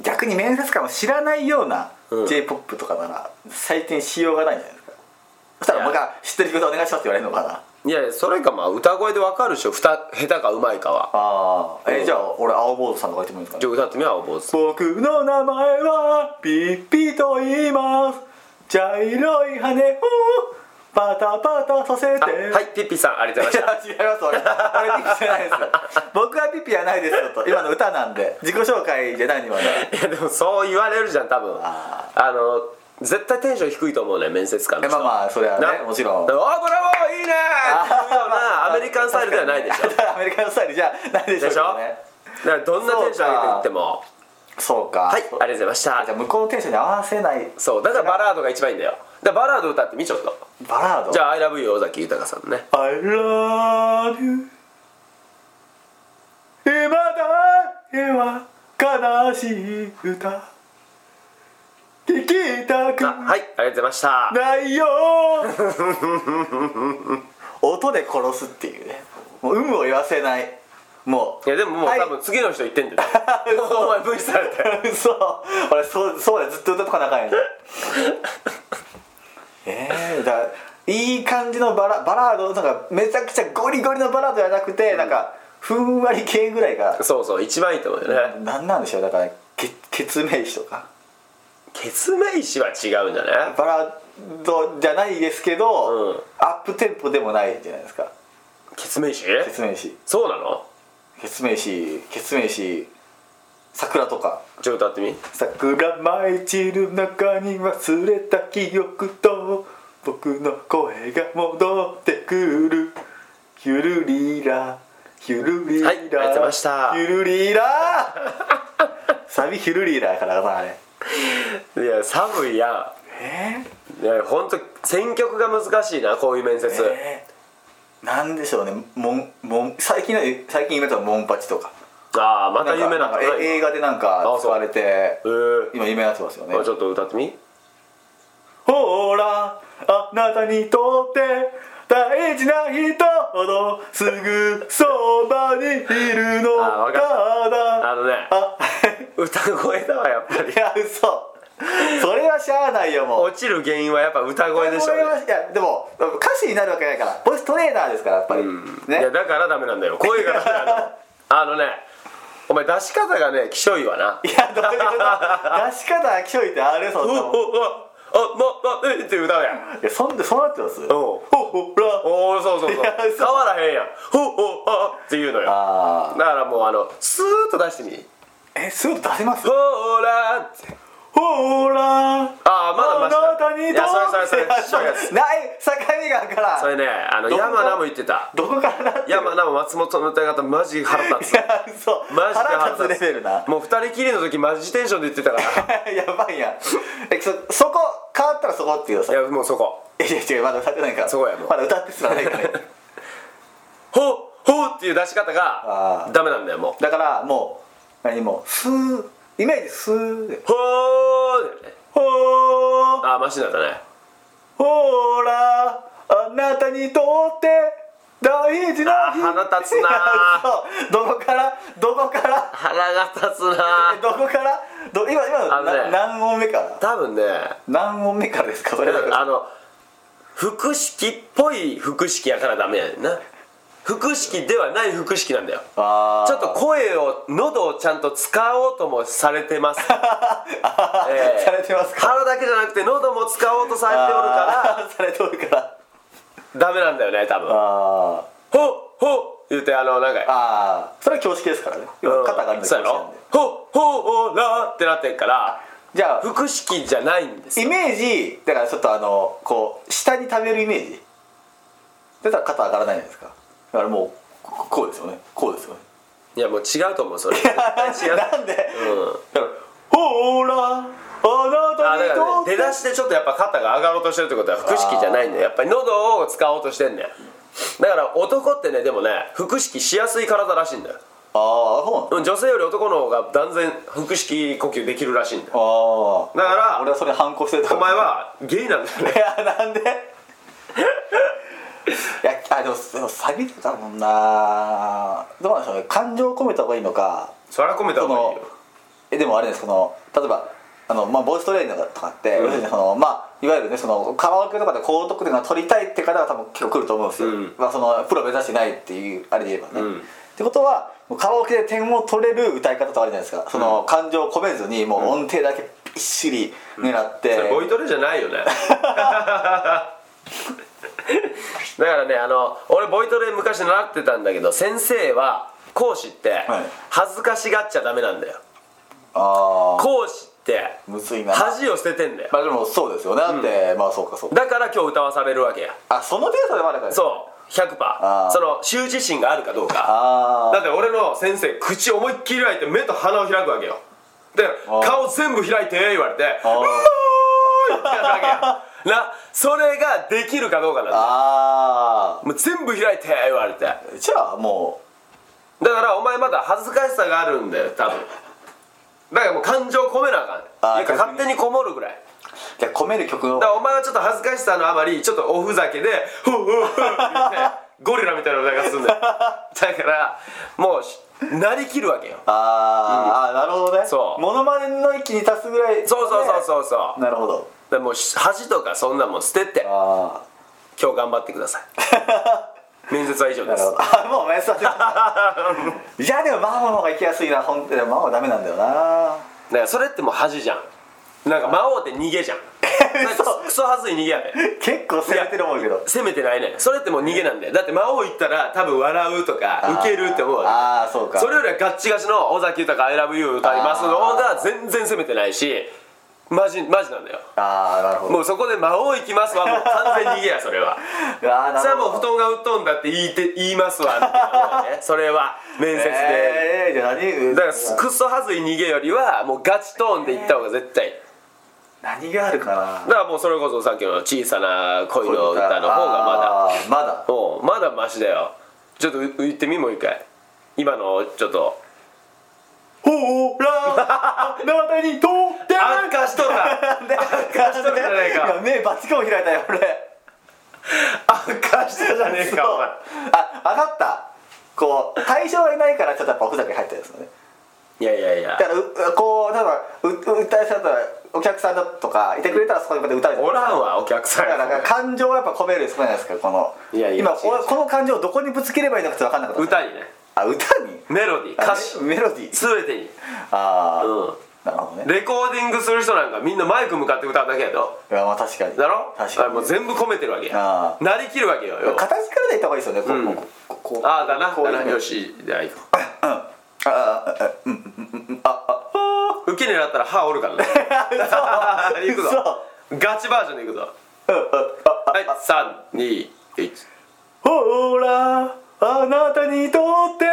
[SPEAKER 2] 逆に面接官も知らないような
[SPEAKER 1] うん
[SPEAKER 2] j p o p とかなら採点しようがないんじゃないですかそしたらもう一回知ってる曲でお願いしますって言われるのかない
[SPEAKER 1] やいやそれかまあ歌声でわかるでしょふた下手かうまいかは
[SPEAKER 2] ああえ
[SPEAKER 1] うん
[SPEAKER 2] じゃあ俺青ボードさんとか言ってもいいですか
[SPEAKER 1] じゃあ歌ってみよう坊主
[SPEAKER 2] 僕の名前はピッピと言います茶色い羽をパタパタさせて
[SPEAKER 1] あはいピッピさんありがとうご
[SPEAKER 2] い
[SPEAKER 1] ざいまし
[SPEAKER 2] や違います俺俺ピッピじゃないです僕はピッピじゃないですよと今の歌なんで自己紹介じゃない今 の
[SPEAKER 1] たい やでもそう言われるじゃん多分
[SPEAKER 2] あ
[SPEAKER 1] あの絶対テンション低いと思うね面接官の
[SPEAKER 2] え
[SPEAKER 1] 人
[SPEAKER 2] まあまあそれはね
[SPEAKER 1] な
[SPEAKER 2] もちろん
[SPEAKER 1] だからおーブラボーいいねーっていうようなアメリカンスタイルではないで しょ
[SPEAKER 2] だからアメリカンスタイルじゃないでしょ
[SPEAKER 1] で
[SPEAKER 2] うけ
[SPEAKER 1] しょ
[SPEAKER 2] どね
[SPEAKER 1] だからどんなテンション上げていっても
[SPEAKER 2] そうか
[SPEAKER 1] はいありがとうございまし
[SPEAKER 2] じゃ
[SPEAKER 1] た
[SPEAKER 2] あ向こうのテンションに合わせない
[SPEAKER 1] そうだからバラードが一番いいんだよだからバラード歌ってみちょっと
[SPEAKER 2] バラード
[SPEAKER 1] じゃあ「ILOVEYOU」尾崎豊さんのね
[SPEAKER 2] I love you 今だけは悲しい歌聞きたく
[SPEAKER 1] あはいありがとうございました
[SPEAKER 2] ないよ 音で殺すっていうねもう有無を言わせないもう
[SPEAKER 1] いやでももう、
[SPEAKER 2] はい
[SPEAKER 1] 多分次の人言ってんだ よお前無視されて
[SPEAKER 2] 嘘俺そうそうだよずっと歌とかなあかん やんええだからいい感じのバラバラードなんかめちゃくちゃゴリゴリのバラードじゃなくて、なんかふんわり系ぐらいが
[SPEAKER 1] そうそう一番いいと思うよね
[SPEAKER 2] なんなんでしょうだからけ決め石とか
[SPEAKER 1] ケツメイシは違うんじゃない
[SPEAKER 2] バラードじゃないですけど、
[SPEAKER 1] うん
[SPEAKER 2] アップテンポでもないじゃないですか
[SPEAKER 1] ケツメイシ
[SPEAKER 2] 決め石
[SPEAKER 1] そうなの
[SPEAKER 2] 決め石決め石桜とか
[SPEAKER 1] ちょっと歌ってみ
[SPEAKER 2] 桜舞い散る中に忘れた記憶と僕の声が戻ってくるゆるりらゆるりら
[SPEAKER 1] はいありがとうございました
[SPEAKER 2] ゆるりら サビゆるりらやからなあれ
[SPEAKER 1] いや寒いや
[SPEAKER 2] え
[SPEAKER 1] んいやほんと選曲が難しいなこういう面接、
[SPEAKER 2] ー、えー、なんでしょうねもんもん最近の最近夢とはモンパチとか
[SPEAKER 1] ああまた夢なんかない
[SPEAKER 2] え映画でなんか
[SPEAKER 1] あ
[SPEAKER 2] 使
[SPEAKER 1] そう
[SPEAKER 2] われて
[SPEAKER 1] えー
[SPEAKER 2] 今夢になってますよね
[SPEAKER 1] あちょっと歌ってみ
[SPEAKER 2] ほらあなたにとって大事な人ほどすぐそばにいるの
[SPEAKER 1] あわかった
[SPEAKER 2] だ
[SPEAKER 1] あのね
[SPEAKER 2] あ
[SPEAKER 1] 歌声だわやっぱり
[SPEAKER 2] いや嘘それはしゃあないよもう
[SPEAKER 1] 落ちる原因はやっぱ歌声でしょ
[SPEAKER 2] これ
[SPEAKER 1] う
[SPEAKER 2] は
[SPEAKER 1] ね
[SPEAKER 2] いやでも歌手になるわけないからボイストレーナーですからやっぱり、
[SPEAKER 1] うんい
[SPEAKER 2] ね
[SPEAKER 1] やだからダメなんだよ声がダメなんだよあのねお前出し方がねきしょいわない
[SPEAKER 2] やどういうこと出し方はきしょいってあれそ
[SPEAKER 1] お
[SPEAKER 2] ん
[SPEAKER 1] お
[SPEAKER 2] な
[SPEAKER 1] お
[SPEAKER 2] もん
[SPEAKER 1] おもうえって歌うやん
[SPEAKER 2] いやそんでそうなってます
[SPEAKER 1] うん
[SPEAKER 2] ほら
[SPEAKER 1] おおそうそうそう
[SPEAKER 2] いや嘘
[SPEAKER 1] 変わらへんやんほおおって言うのよ
[SPEAKER 2] あ
[SPEAKER 1] だからもうあのスーッと出してみ
[SPEAKER 2] ーえすぐ出せます
[SPEAKER 1] ほーらーって
[SPEAKER 2] ほら
[SPEAKER 1] ああまだまだ
[SPEAKER 2] あなたに
[SPEAKER 1] いやそれそれそれ
[SPEAKER 2] いや
[SPEAKER 1] きしょいやつ
[SPEAKER 2] ない境目があるから
[SPEAKER 1] それねあの
[SPEAKER 2] どこ
[SPEAKER 1] 山名も言ってた
[SPEAKER 2] どこからなってる
[SPEAKER 1] 山名も松本の歌い方マジ腹立つ
[SPEAKER 2] いやそう
[SPEAKER 1] マジで
[SPEAKER 2] 腹
[SPEAKER 1] 腹
[SPEAKER 2] 立
[SPEAKER 1] 立
[SPEAKER 2] つ
[SPEAKER 1] つ
[SPEAKER 2] レベルな
[SPEAKER 1] もう二人きりの時マジテンションで言ってたから
[SPEAKER 2] やばいやんえそそこ変わったらそこっていうさ
[SPEAKER 1] いやもうそこ
[SPEAKER 2] いやいや違うまだ歌ってないから
[SPEAKER 1] そうやもう
[SPEAKER 2] まだ歌ってすらないから ね
[SPEAKER 1] ほほっていう出し方
[SPEAKER 2] あ
[SPEAKER 1] が
[SPEAKER 2] ー
[SPEAKER 1] ダメなんだよも
[SPEAKER 2] だからもう何もうスーイメージスーで
[SPEAKER 1] うほーだよね
[SPEAKER 2] ほー
[SPEAKER 1] ああマシになったね
[SPEAKER 2] ほらあなたにとって大事な
[SPEAKER 1] あ腹立つない
[SPEAKER 2] や そうどこからどこから
[SPEAKER 1] 腹が立つな
[SPEAKER 2] えどこからど今今
[SPEAKER 1] あ
[SPEAKER 2] の
[SPEAKER 1] のね
[SPEAKER 2] な何問目から
[SPEAKER 1] 多分ね
[SPEAKER 2] 何問目からですかそれ
[SPEAKER 1] あの複式っぽい複式やからダメやねんな複式ではない複式なんだよ
[SPEAKER 2] あー
[SPEAKER 1] ちょっと声を喉をちゃんと使おうともされてます
[SPEAKER 2] あ
[SPEAKER 1] えー
[SPEAKER 2] されてますか
[SPEAKER 1] 腹だけじゃなくて喉も使おうとされておるか
[SPEAKER 2] あーされておるから
[SPEAKER 1] らダメなんだよね多分
[SPEAKER 2] あー
[SPEAKER 1] ほっほっ言うてあのなんか
[SPEAKER 2] あーそれは恐縮ですからね要
[SPEAKER 1] う
[SPEAKER 2] は
[SPEAKER 1] ん
[SPEAKER 2] 肩があるんで
[SPEAKER 1] そうや
[SPEAKER 2] 恐縮
[SPEAKER 1] ろ
[SPEAKER 2] なんで
[SPEAKER 1] ほっほーらーってなってるから
[SPEAKER 2] じゃあ
[SPEAKER 1] 腹式じゃないんです
[SPEAKER 2] イメージだからちょっとあのこう下に食べるイメージだったら肩上がらないじゃないですかだからもうここうですよねこうですよね
[SPEAKER 1] いやもう違うと思うそれ絶対違う
[SPEAKER 2] なんで、
[SPEAKER 1] うん
[SPEAKER 2] だからほらあな
[SPEAKER 1] あ
[SPEAKER 2] た
[SPEAKER 1] だ
[SPEAKER 2] に
[SPEAKER 1] から
[SPEAKER 2] と
[SPEAKER 1] ね
[SPEAKER 2] って
[SPEAKER 1] 出だしでちょっとやっぱ肩が上がろうとしてるってことは腹式じゃないんだよやっぱり喉を使おうとしてんだよだから男ってねでもね腹式しやすい体らしいんだよ
[SPEAKER 2] ああそうなんだ
[SPEAKER 1] うん女性より男の方が断然腹式呼吸できるらしいんだよ
[SPEAKER 2] あ
[SPEAKER 1] だ
[SPEAKER 2] あ
[SPEAKER 1] か
[SPEAKER 2] 俺はそれに反抗してると
[SPEAKER 1] らお
[SPEAKER 2] こ
[SPEAKER 1] 前はゲイなんだよね
[SPEAKER 2] いやなんでいやあでもでもサビてたもんなどうなんでしょうね感情を込めた方がいいのか
[SPEAKER 1] そら込めた
[SPEAKER 2] そ
[SPEAKER 1] 方がいい
[SPEAKER 2] の
[SPEAKER 1] よ
[SPEAKER 2] えでもあれですこの例えばあのまあ、ボイストレーニングとかって、要するにそのまあ、いわゆるねそのカラオケとかで高得点が取りたいって方は多分結構来ると思うんですよ、
[SPEAKER 1] うん
[SPEAKER 2] まあ、そのプロ目指してないっていうあれで言えばね、
[SPEAKER 1] うん
[SPEAKER 2] ってことはもうカラオケで点を取れる歌い方とかあるじゃないですかその感情を込めずにもう音程だけびっしり狙って、
[SPEAKER 1] それボイトレじゃないよねだからねあの俺ボイトレ昔習ってたんだけど先生は講師って
[SPEAKER 2] はい
[SPEAKER 1] 恥ずかしがっちゃダメなんだよ
[SPEAKER 2] ああ
[SPEAKER 1] 講師って
[SPEAKER 2] むずいな
[SPEAKER 1] 恥を捨ててんだよ
[SPEAKER 2] まあでもそうですよねだって、まあそうかそうか
[SPEAKER 1] だから今日歌わされるわけや
[SPEAKER 2] あその程度でもあるから
[SPEAKER 1] そう
[SPEAKER 2] あ
[SPEAKER 1] 100%
[SPEAKER 2] ー
[SPEAKER 1] その羞恥心があるかどうか
[SPEAKER 2] あ
[SPEAKER 1] だ
[SPEAKER 2] あ
[SPEAKER 1] って俺の先生口思いっきり開いて目と鼻を開くわけよで
[SPEAKER 2] あー
[SPEAKER 1] 顔全部開いて言われて「うまーい!」ってやるわけやなそれができるかどうかなんだよ
[SPEAKER 2] あ
[SPEAKER 1] もう全部開いて言われてだか
[SPEAKER 2] あじゃあも
[SPEAKER 1] らお前まだ恥ずかしさがあるんだよ多分だからもう感情込めなあかん
[SPEAKER 2] あー
[SPEAKER 1] ねんてか
[SPEAKER 2] 逆に
[SPEAKER 1] 勝手にこもるぐらいう
[SPEAKER 2] じゃあ込める曲の
[SPEAKER 1] だからお前はちょっと恥ずかしさのあまりちょっとおふざけで 「ふうふうふう」って言ってゴリラみたいな歌がすん だよだからもうしなりきるわけよ
[SPEAKER 2] あー、あーなるほどね
[SPEAKER 1] そう
[SPEAKER 2] モノマネの域に達すぐらい
[SPEAKER 1] そうそうそう
[SPEAKER 2] う
[SPEAKER 1] そうそう
[SPEAKER 2] なるほど
[SPEAKER 1] でもうし恥とかそんなもん捨てて
[SPEAKER 2] あ
[SPEAKER 1] 今日頑張ってくださ い面接は以上
[SPEAKER 2] あな
[SPEAKER 1] で
[SPEAKER 2] るほ
[SPEAKER 1] す
[SPEAKER 2] どあもうお 前そういやでもママの方が行きやすいな本当にママはダメなんだよな
[SPEAKER 1] だからそれってもう恥じゃんなんか魔王って逃げじゃん
[SPEAKER 2] 嘘
[SPEAKER 1] クソ恥ずい逃げやで
[SPEAKER 2] 結構攻めてる思うけど
[SPEAKER 1] 攻めてないねそれってもう逃げなんだよだって魔王行ったら多分笑うとかウケるって思うわけ
[SPEAKER 2] あーあーそうか
[SPEAKER 1] それよりはガッチガチの尾崎豊「ILOVEYOU」歌いますの方が全然攻めてないしマジマジなんだよ
[SPEAKER 2] ああなるほど
[SPEAKER 1] もうそこで「魔王行きますわ」もう完全に逃げやそれは
[SPEAKER 2] ああ な
[SPEAKER 1] それ
[SPEAKER 2] る
[SPEAKER 1] は
[SPEAKER 2] ほど
[SPEAKER 1] もう布団がうっとんだって言いて言いますわみたいなもんだ ねそれは面接で、
[SPEAKER 2] えー、じゃあ何
[SPEAKER 1] だからクソはずい逃げよりはもうガチトーンで行った方が絶対
[SPEAKER 2] 何があるかな
[SPEAKER 1] だからもうそれこそさっきの小さな恋の歌の方がまだ
[SPEAKER 2] あーまだ
[SPEAKER 1] おうまだマシだよちょっとう言ってみもう一回今のちょっと
[SPEAKER 2] ほら 縄にとって
[SPEAKER 1] 悪化しとるな悪化しとるじゃないか
[SPEAKER 2] 目バチコン開いたよ俺
[SPEAKER 1] 悪化したじゃねえかお前
[SPEAKER 2] あ分かったこう対象がいないからちょっとやっぱおふざけ入ったんですよね
[SPEAKER 1] いやいやいや
[SPEAKER 2] だからうこう例えばうう歌いされたらお客さんだとかいてくれたらそこでまた歌うじゃない
[SPEAKER 1] おらんわお客さん
[SPEAKER 2] だからなんか感情をやっぱ込めるそこじゃないですかこの
[SPEAKER 1] いやいや
[SPEAKER 2] 今
[SPEAKER 1] 違う違う
[SPEAKER 2] 俺この感情をどこにぶつければいいのかちょっと分かんなかった
[SPEAKER 1] 歌にね
[SPEAKER 2] あ歌に
[SPEAKER 1] メロディー歌詞
[SPEAKER 2] あメメロディー
[SPEAKER 1] 全てに
[SPEAKER 2] ああ、
[SPEAKER 1] う
[SPEAKER 2] なるほど
[SPEAKER 1] ん
[SPEAKER 2] ね
[SPEAKER 1] レコーディングする人なんかみんなマイク向かって歌うだけやと
[SPEAKER 2] いやまあ確かに
[SPEAKER 1] だろ
[SPEAKER 2] 確か
[SPEAKER 1] あ
[SPEAKER 2] に
[SPEAKER 1] もう全部込めてるわけや
[SPEAKER 2] あ
[SPEAKER 1] なりきるわけよよ
[SPEAKER 2] 形からでいった方がいいですよねこう、
[SPEAKER 1] うん
[SPEAKER 2] こうこうこう
[SPEAKER 1] ああだな
[SPEAKER 2] こう
[SPEAKER 1] だ
[SPEAKER 2] いう
[SPEAKER 1] な
[SPEAKER 2] の
[SPEAKER 1] よしであいこ
[SPEAKER 2] ああああ
[SPEAKER 1] 受け狙ったら歯折る からね 行くぞガチバージョンでいくぞはい321
[SPEAKER 2] ほらあなたにとって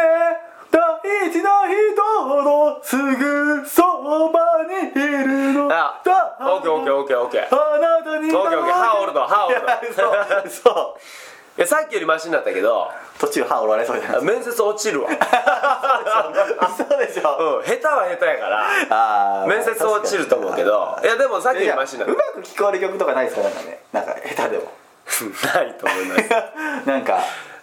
[SPEAKER 2] 大事な人のすぐそばにいるの
[SPEAKER 1] あオッケーオッケーオッケーオッケー
[SPEAKER 2] あなたに
[SPEAKER 1] オッケーオッケー歯折るぞ歯折るぞ
[SPEAKER 2] るそうそ
[SPEAKER 1] いやさっきよりマシになったけど
[SPEAKER 2] う途中歯折られそうじゃない
[SPEAKER 1] 面接落ちるわうん
[SPEAKER 2] そうでしょ
[SPEAKER 1] 下手は下手やから
[SPEAKER 2] あー
[SPEAKER 1] 面接落ちると思うけどいやでもさっきよ
[SPEAKER 2] い
[SPEAKER 1] り
[SPEAKER 2] やう
[SPEAKER 1] マ
[SPEAKER 2] ま
[SPEAKER 1] シになった
[SPEAKER 2] く聞こえる曲とかないですかなんかねなんか 下手でも
[SPEAKER 1] ないと思います
[SPEAKER 2] なんか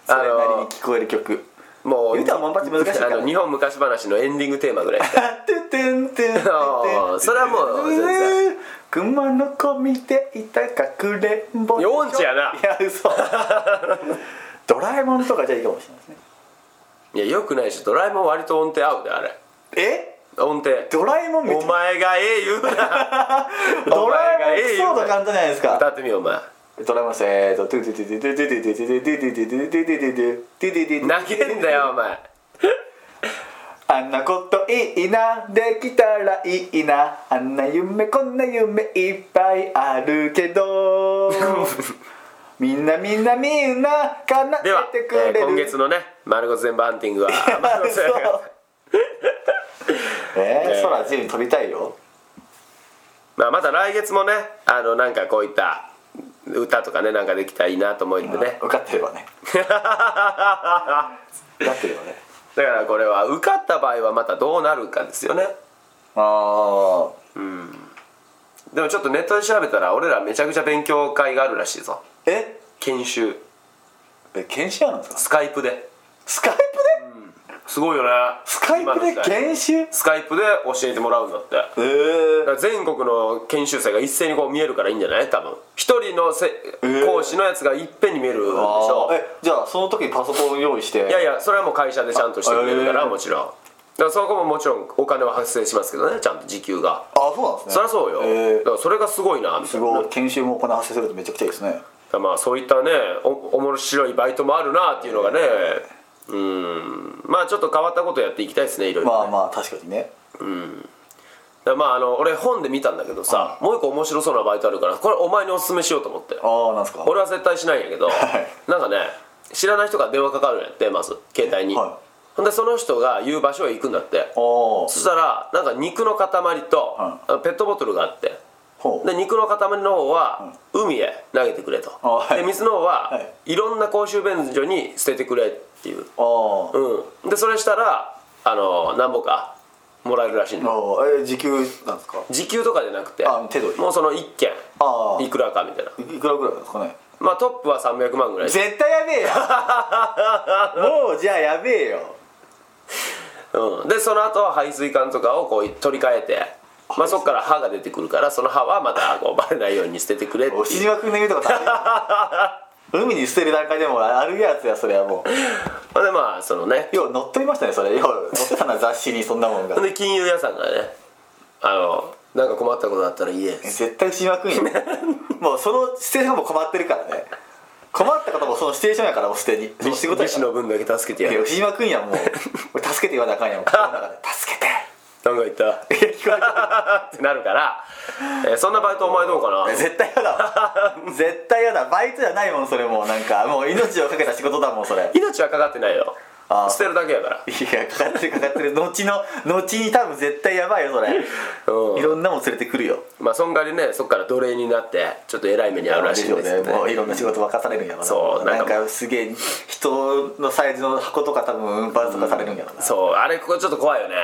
[SPEAKER 2] そ
[SPEAKER 1] あ
[SPEAKER 2] れ
[SPEAKER 1] のー
[SPEAKER 2] なりに聞こえる曲
[SPEAKER 1] もう
[SPEAKER 2] 言うたらモンパチ難しいから
[SPEAKER 1] あの日本昔話のエンディングテーマぐらい
[SPEAKER 2] てってんてんてんてん
[SPEAKER 1] あーそれはもう全然
[SPEAKER 2] 熊の子見ていたかくれんぼ
[SPEAKER 1] ヨンチやない
[SPEAKER 2] や嘘ドラえもんとかじゃいいかもしれないですね
[SPEAKER 1] いやよくないしドラえもん割と音程合うであれ
[SPEAKER 2] え
[SPEAKER 1] 音程
[SPEAKER 2] ドラえもんめっ
[SPEAKER 1] お
[SPEAKER 2] ちゃ
[SPEAKER 1] 前がええ言うな
[SPEAKER 2] ドラえもんエピソード
[SPEAKER 1] お前がええ言うな
[SPEAKER 2] 簡単じゃないです
[SPEAKER 1] 歌
[SPEAKER 2] か
[SPEAKER 1] ってみようお前
[SPEAKER 2] ドラえもんですえーとトゥトゥトゥトゥトゥトゥトゥトゥトゥトゥトゥトゥトゥトゥトゥトゥトゥトゥトゥ
[SPEAKER 1] 泣けんだよお前
[SPEAKER 2] あんなこといいなできたらいいなあんな夢こんな夢いっぱいあるけどみんなみんなみんな叶
[SPEAKER 1] では
[SPEAKER 2] えて、くれ
[SPEAKER 1] え
[SPEAKER 2] る、
[SPEAKER 1] ー今月のね「丸ごと全部ハンティングは」
[SPEAKER 2] あ嘘えー、空自由に飛びたいよ
[SPEAKER 1] まあまた来月もねあのなんかこういった歌とかねなんかできたらいいなと思うんでね
[SPEAKER 2] 受かってれ ばね受かってればね
[SPEAKER 1] だからこれは受かった場合はまたどうなるかですよね
[SPEAKER 2] ああ
[SPEAKER 1] でもちょっとネットで調べたら俺らめちゃくちゃ勉強会があるらしいぞ
[SPEAKER 2] え
[SPEAKER 1] 研修
[SPEAKER 2] え研修あるんですか
[SPEAKER 1] スカイプで
[SPEAKER 2] スカイプで、
[SPEAKER 1] すごいよね
[SPEAKER 2] スカイプで
[SPEAKER 1] 今の時代
[SPEAKER 2] 研修え
[SPEAKER 1] スカイプで教えてもらうんだって
[SPEAKER 2] え
[SPEAKER 1] だから全国の研修生が一斉にこう見えるからいいんじゃない多分一人のせ、
[SPEAKER 2] ー
[SPEAKER 1] 講師のやつがいっぺんに見えるんでし
[SPEAKER 2] あ
[SPEAKER 1] ょ
[SPEAKER 2] ーえじゃあその時にパソコン用意して
[SPEAKER 1] いやいやそれはもう会社でちゃんとしてくれるから、
[SPEAKER 2] あえー
[SPEAKER 1] もちろんだからそこももちろんお金は発生しますけどねちゃんと時給が
[SPEAKER 2] あそうなんですね
[SPEAKER 1] そりゃそうよ、
[SPEAKER 2] え
[SPEAKER 1] だからそれがすごいなみた
[SPEAKER 2] す
[SPEAKER 1] いな
[SPEAKER 2] ごい研修もお金発生するとめちゃくちゃいいですね
[SPEAKER 1] だからまあそういったねお面白いバイトもあるなっていうのがね、うんまあちょっと変わったことやっていきたいですねいろいろ、
[SPEAKER 2] まあまあ確かにね
[SPEAKER 1] だからまああの俺本で見たんだけどさ、もう一個面白そうなバイトあるからこれお前におすすめしようと思って
[SPEAKER 2] ああなんですか
[SPEAKER 1] 俺は絶対しないんやけど、
[SPEAKER 2] はい
[SPEAKER 1] なんかね知らない人から電話かかるんやってまず携帯に、
[SPEAKER 2] は
[SPEAKER 1] ほんでその人が言う場所へ行くんだって
[SPEAKER 2] お
[SPEAKER 1] そしたらなんか肉の塊と、
[SPEAKER 2] は
[SPEAKER 1] ペットボトルがあって
[SPEAKER 2] ほう
[SPEAKER 1] で肉の塊の方は海へ投げてくれと、
[SPEAKER 2] あはい
[SPEAKER 1] で水の方は、、
[SPEAKER 2] はい
[SPEAKER 1] ろんな公衆便所に捨ててくれっていう、
[SPEAKER 2] あ
[SPEAKER 1] うん、でそれしたらあのなんぼかもらえるらしいんだ
[SPEAKER 2] あああえ時給なんですか
[SPEAKER 1] 時給とかじゃなくて
[SPEAKER 2] あ手取り
[SPEAKER 1] もうその1件
[SPEAKER 2] ああ
[SPEAKER 1] いくらかみたいない
[SPEAKER 2] くらぐらいなんですかね
[SPEAKER 1] まあトップは300万ぐらい
[SPEAKER 2] 絶対やべえ よもうじゃあやべえよ
[SPEAKER 1] うん、でその後は排水管とかをこう取り替えて、まあ、そこから歯が出てくるからその歯はまたこうバレないように捨ててくれって
[SPEAKER 2] お
[SPEAKER 1] い
[SPEAKER 2] し
[SPEAKER 1] う
[SPEAKER 2] まくんの言うとこ立てよ海に捨てる段階でもあるやつやそれはもう
[SPEAKER 1] ほんでまあそのね
[SPEAKER 2] よう乗っ取りましたねそれよう乗ってたな雑誌にそんなもんが
[SPEAKER 1] ほんで金融屋さんがねあのなんか困ったことあったら言え
[SPEAKER 2] 絶対しまくん よもうそのシチュエーションも困ってるからね困ったこともそのシチュエーションやからもうすでにその仕事や
[SPEAKER 1] 利
[SPEAKER 2] か
[SPEAKER 1] 子
[SPEAKER 2] ら
[SPEAKER 1] の分だけ助けてや
[SPEAKER 2] いや
[SPEAKER 1] る
[SPEAKER 2] 牛島君やもう俺助けて言わなあかん やんもう心の中で助けて
[SPEAKER 1] なんか言ったってなるから、えーそんなバイトお前どうかな
[SPEAKER 2] 絶対嫌だわ絶対嫌だバイトじゃないもんそれもうなんかもう命をかけた仕事だもんそれ
[SPEAKER 1] 命はかかってないよ
[SPEAKER 2] あー
[SPEAKER 1] 捨てるだけやから
[SPEAKER 2] いやかかってるかかってる 後の後に多分絶対やばいよそれ
[SPEAKER 1] うん
[SPEAKER 2] いろんなもん連れてくるよ
[SPEAKER 1] まあそんがりねそっから奴隷になってちょっと偉い目に遭うらしいんですよ
[SPEAKER 2] でしょうねもう
[SPEAKER 1] ね
[SPEAKER 2] いろんな仕事任されるんやろな
[SPEAKER 1] そうな
[SPEAKER 2] なんん
[SPEAKER 1] か
[SPEAKER 2] かすげえ人のサイズの箱とか多分運搬とかされるんやろな、
[SPEAKER 1] そうあれここちょっと怖いよね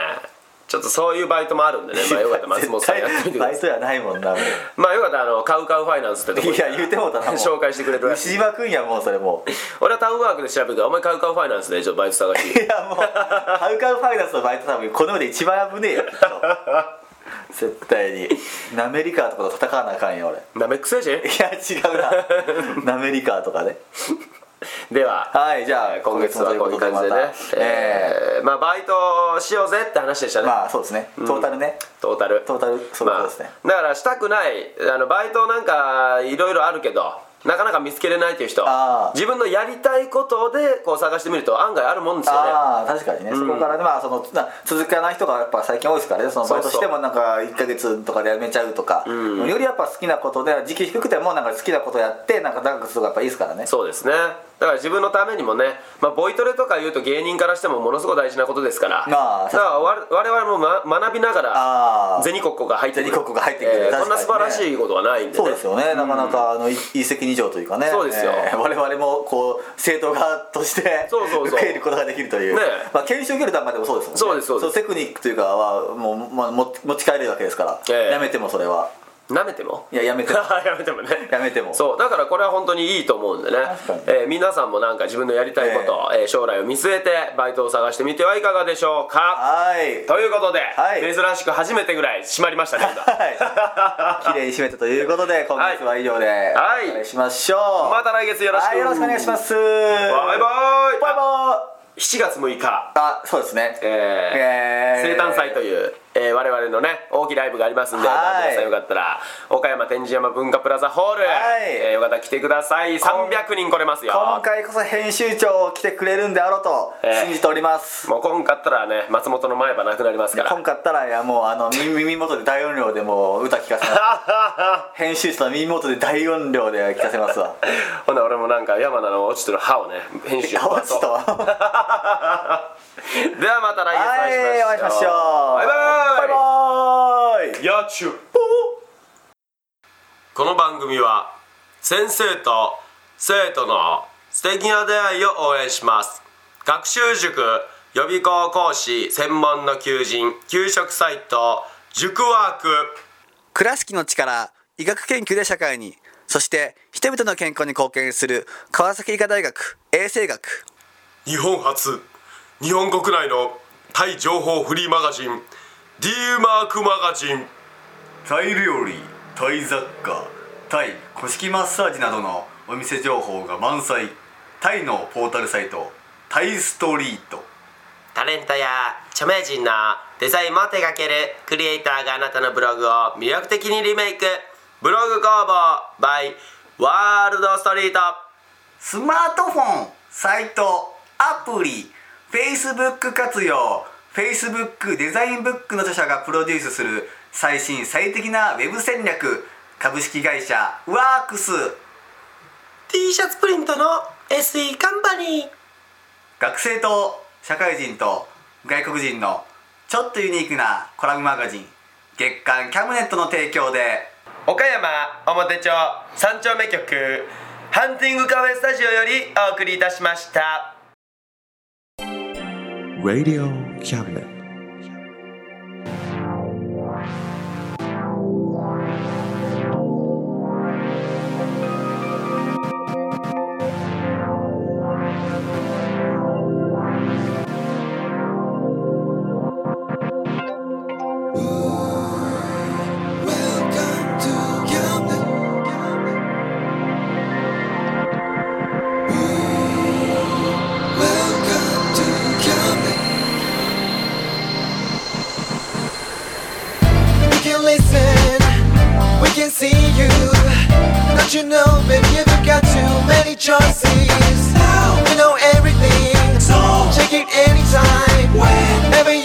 [SPEAKER 1] ちょっとそういうバイトもあるんでね、まあ、よかったら松本さんやってみてくだ
[SPEAKER 2] バ
[SPEAKER 1] さ
[SPEAKER 2] イ
[SPEAKER 1] い
[SPEAKER 2] トじゃないも んなもう
[SPEAKER 1] まあよかったらあのカウカウファイナンスってとこ
[SPEAKER 2] いや言うてもうたなもう
[SPEAKER 1] 紹介してくれるらしい
[SPEAKER 2] 牛島君やもうそれも う
[SPEAKER 1] 俺はタウンワークで調べるけどお前カウカウファイナンスでちょっとバイト探し
[SPEAKER 2] いやもうハウカウファイナンスのバイト多分この世で一番危ねえよきっと絶対にナメリカーとかと戦わなあかんよ俺い
[SPEAKER 1] なめくせえし
[SPEAKER 2] や違う なナメリカーとかね
[SPEAKER 1] では
[SPEAKER 2] はいじゃあ
[SPEAKER 1] 今月はこういう感じでね
[SPEAKER 2] 今月もということでまたえ
[SPEAKER 1] えーまあバイトしようぜって話でした
[SPEAKER 2] ー
[SPEAKER 1] ね、
[SPEAKER 2] まあそうですねトータルね、
[SPEAKER 1] トータル
[SPEAKER 2] トータルそういうことですね、
[SPEAKER 1] まあ、だからしたくないあのバイトなんかいろいろあるけどなかなか見つけれないという人
[SPEAKER 2] あー
[SPEAKER 1] 自分のやりたいことでこう探してみると案外あるもんですよね
[SPEAKER 2] ああ確かにね、そこからねまあそのな続かない人がやっぱ最近多いですからねその
[SPEAKER 1] そう
[SPEAKER 2] バ
[SPEAKER 1] そ
[SPEAKER 2] イ
[SPEAKER 1] う
[SPEAKER 2] トしてもなんか1か月とかで辞めちゃうとか、よりやっぱ好きなことで時期低くてもなんか好きなことやってなんか長くするのがやっぱいいですからね
[SPEAKER 1] そうですねだから自分のためにもね、まあ、ボイトレとか言うと芸人からしてもものすごい大事なことですから
[SPEAKER 2] まあ
[SPEAKER 1] だから我我々も、ま、学びなが
[SPEAKER 2] あ
[SPEAKER 1] ら
[SPEAKER 2] ー
[SPEAKER 1] 銭国庫が入ってくる
[SPEAKER 2] 銭国庫が入ってくる確か
[SPEAKER 1] こん
[SPEAKER 2] にね
[SPEAKER 1] な素晴らしいことはないんでね
[SPEAKER 2] そうですよね、なかなかあのい一石二鳥というかね
[SPEAKER 1] そうですよ
[SPEAKER 2] えー我々もこう正当側として
[SPEAKER 1] そうそうそう
[SPEAKER 2] 受け入れることができるという、
[SPEAKER 1] ね
[SPEAKER 2] まあ、研修受ける段階でもそうですもんね
[SPEAKER 1] そうですそうです
[SPEAKER 2] のテクニックというかはもう、まあ、持持ち帰れるわけですから、
[SPEAKER 1] ええ
[SPEAKER 2] やめてもそれは
[SPEAKER 1] なめても
[SPEAKER 2] いや やめても
[SPEAKER 1] やめてもね
[SPEAKER 2] やめても
[SPEAKER 1] そうだからこれは本当にいいと思うんでね
[SPEAKER 2] 確かに、
[SPEAKER 1] えー皆さんもなんか自分のやりたいこと、えー将来を見据えてバイトを探してみてはいかがでしょうか
[SPEAKER 2] はい
[SPEAKER 1] ということで、
[SPEAKER 2] はい
[SPEAKER 1] 珍しく初めてぐらい締まりましたね 今
[SPEAKER 2] はい、綺麗に締めたということで今月は以上で、
[SPEAKER 1] はい
[SPEAKER 2] お願いしましょう
[SPEAKER 1] また来月よろしく、
[SPEAKER 2] はい、よろしくお願いしますバイ
[SPEAKER 1] バイバイ
[SPEAKER 2] バイ
[SPEAKER 1] 7月6日
[SPEAKER 2] あそうですね
[SPEAKER 1] えー
[SPEAKER 2] えー
[SPEAKER 1] 生誕祭という、えー我々のね大きいライブがありますんで、
[SPEAKER 2] はい
[SPEAKER 1] 皆さんよかったら岡山天神山文化プラザホール、
[SPEAKER 2] はい
[SPEAKER 1] えーよかったら来てください300人来れますよ
[SPEAKER 2] 今回こそ編集長来てくれるんであろうと
[SPEAKER 1] ええ
[SPEAKER 2] 信じております、
[SPEAKER 1] もう今買ったらね松本の前歯なくなりますから
[SPEAKER 2] 今回ったらいやもうあの耳耳元で大音量でもう歌聞 かせます編集長の耳元で大音量で聞か せますわ
[SPEAKER 1] ほな俺もなんか山名の落ちてる歯をね編集
[SPEAKER 2] いや落 ちた
[SPEAKER 1] ではまた来
[SPEAKER 2] はい
[SPEAKER 1] 月
[SPEAKER 2] お会いしましょう
[SPEAKER 1] バイバイ
[SPEAKER 2] バイバイ
[SPEAKER 1] やっちゅうこの番組は先生と生徒の素敵な出会いを応援します学習塾予備校講師専門の求人給食サイト塾ワーク
[SPEAKER 3] 倉敷の力医学研究で社会にそして人々の健康に貢献する川崎医科大学衛生学
[SPEAKER 1] 日本初日本国内のタイ情報フリーマガジン D マークマガジン
[SPEAKER 2] タイ料理タイ雑貨タイ古式マッサージなどのお店情報が満載タイのポータルサイトタイストリート
[SPEAKER 1] タレントや著名人のデザインも手掛けるクリエイターがあなたのブログを魅力的にリメイクブログ工房 by ワールドストリート
[SPEAKER 2] スマートフォンサイトアプリ Facebook 活用 Facebook デザインブックの著者がプロデュースする最新最適なウェブ戦略株式会社ワークス
[SPEAKER 1] T シャツプリントの SE カンパニー
[SPEAKER 2] 学生と社会人と外国人のちょっとユニークなコラムマガジン月刊キャムネットの提供で
[SPEAKER 1] 岡山表町三丁目局ハンティングカフェスタジオよりお送りいたしました。
[SPEAKER 4] Radio Cabinet.
[SPEAKER 5] We can listen, we can see you. Don't you know, baby, you've got too many choices. Now we know everything, so check it anytime, whenever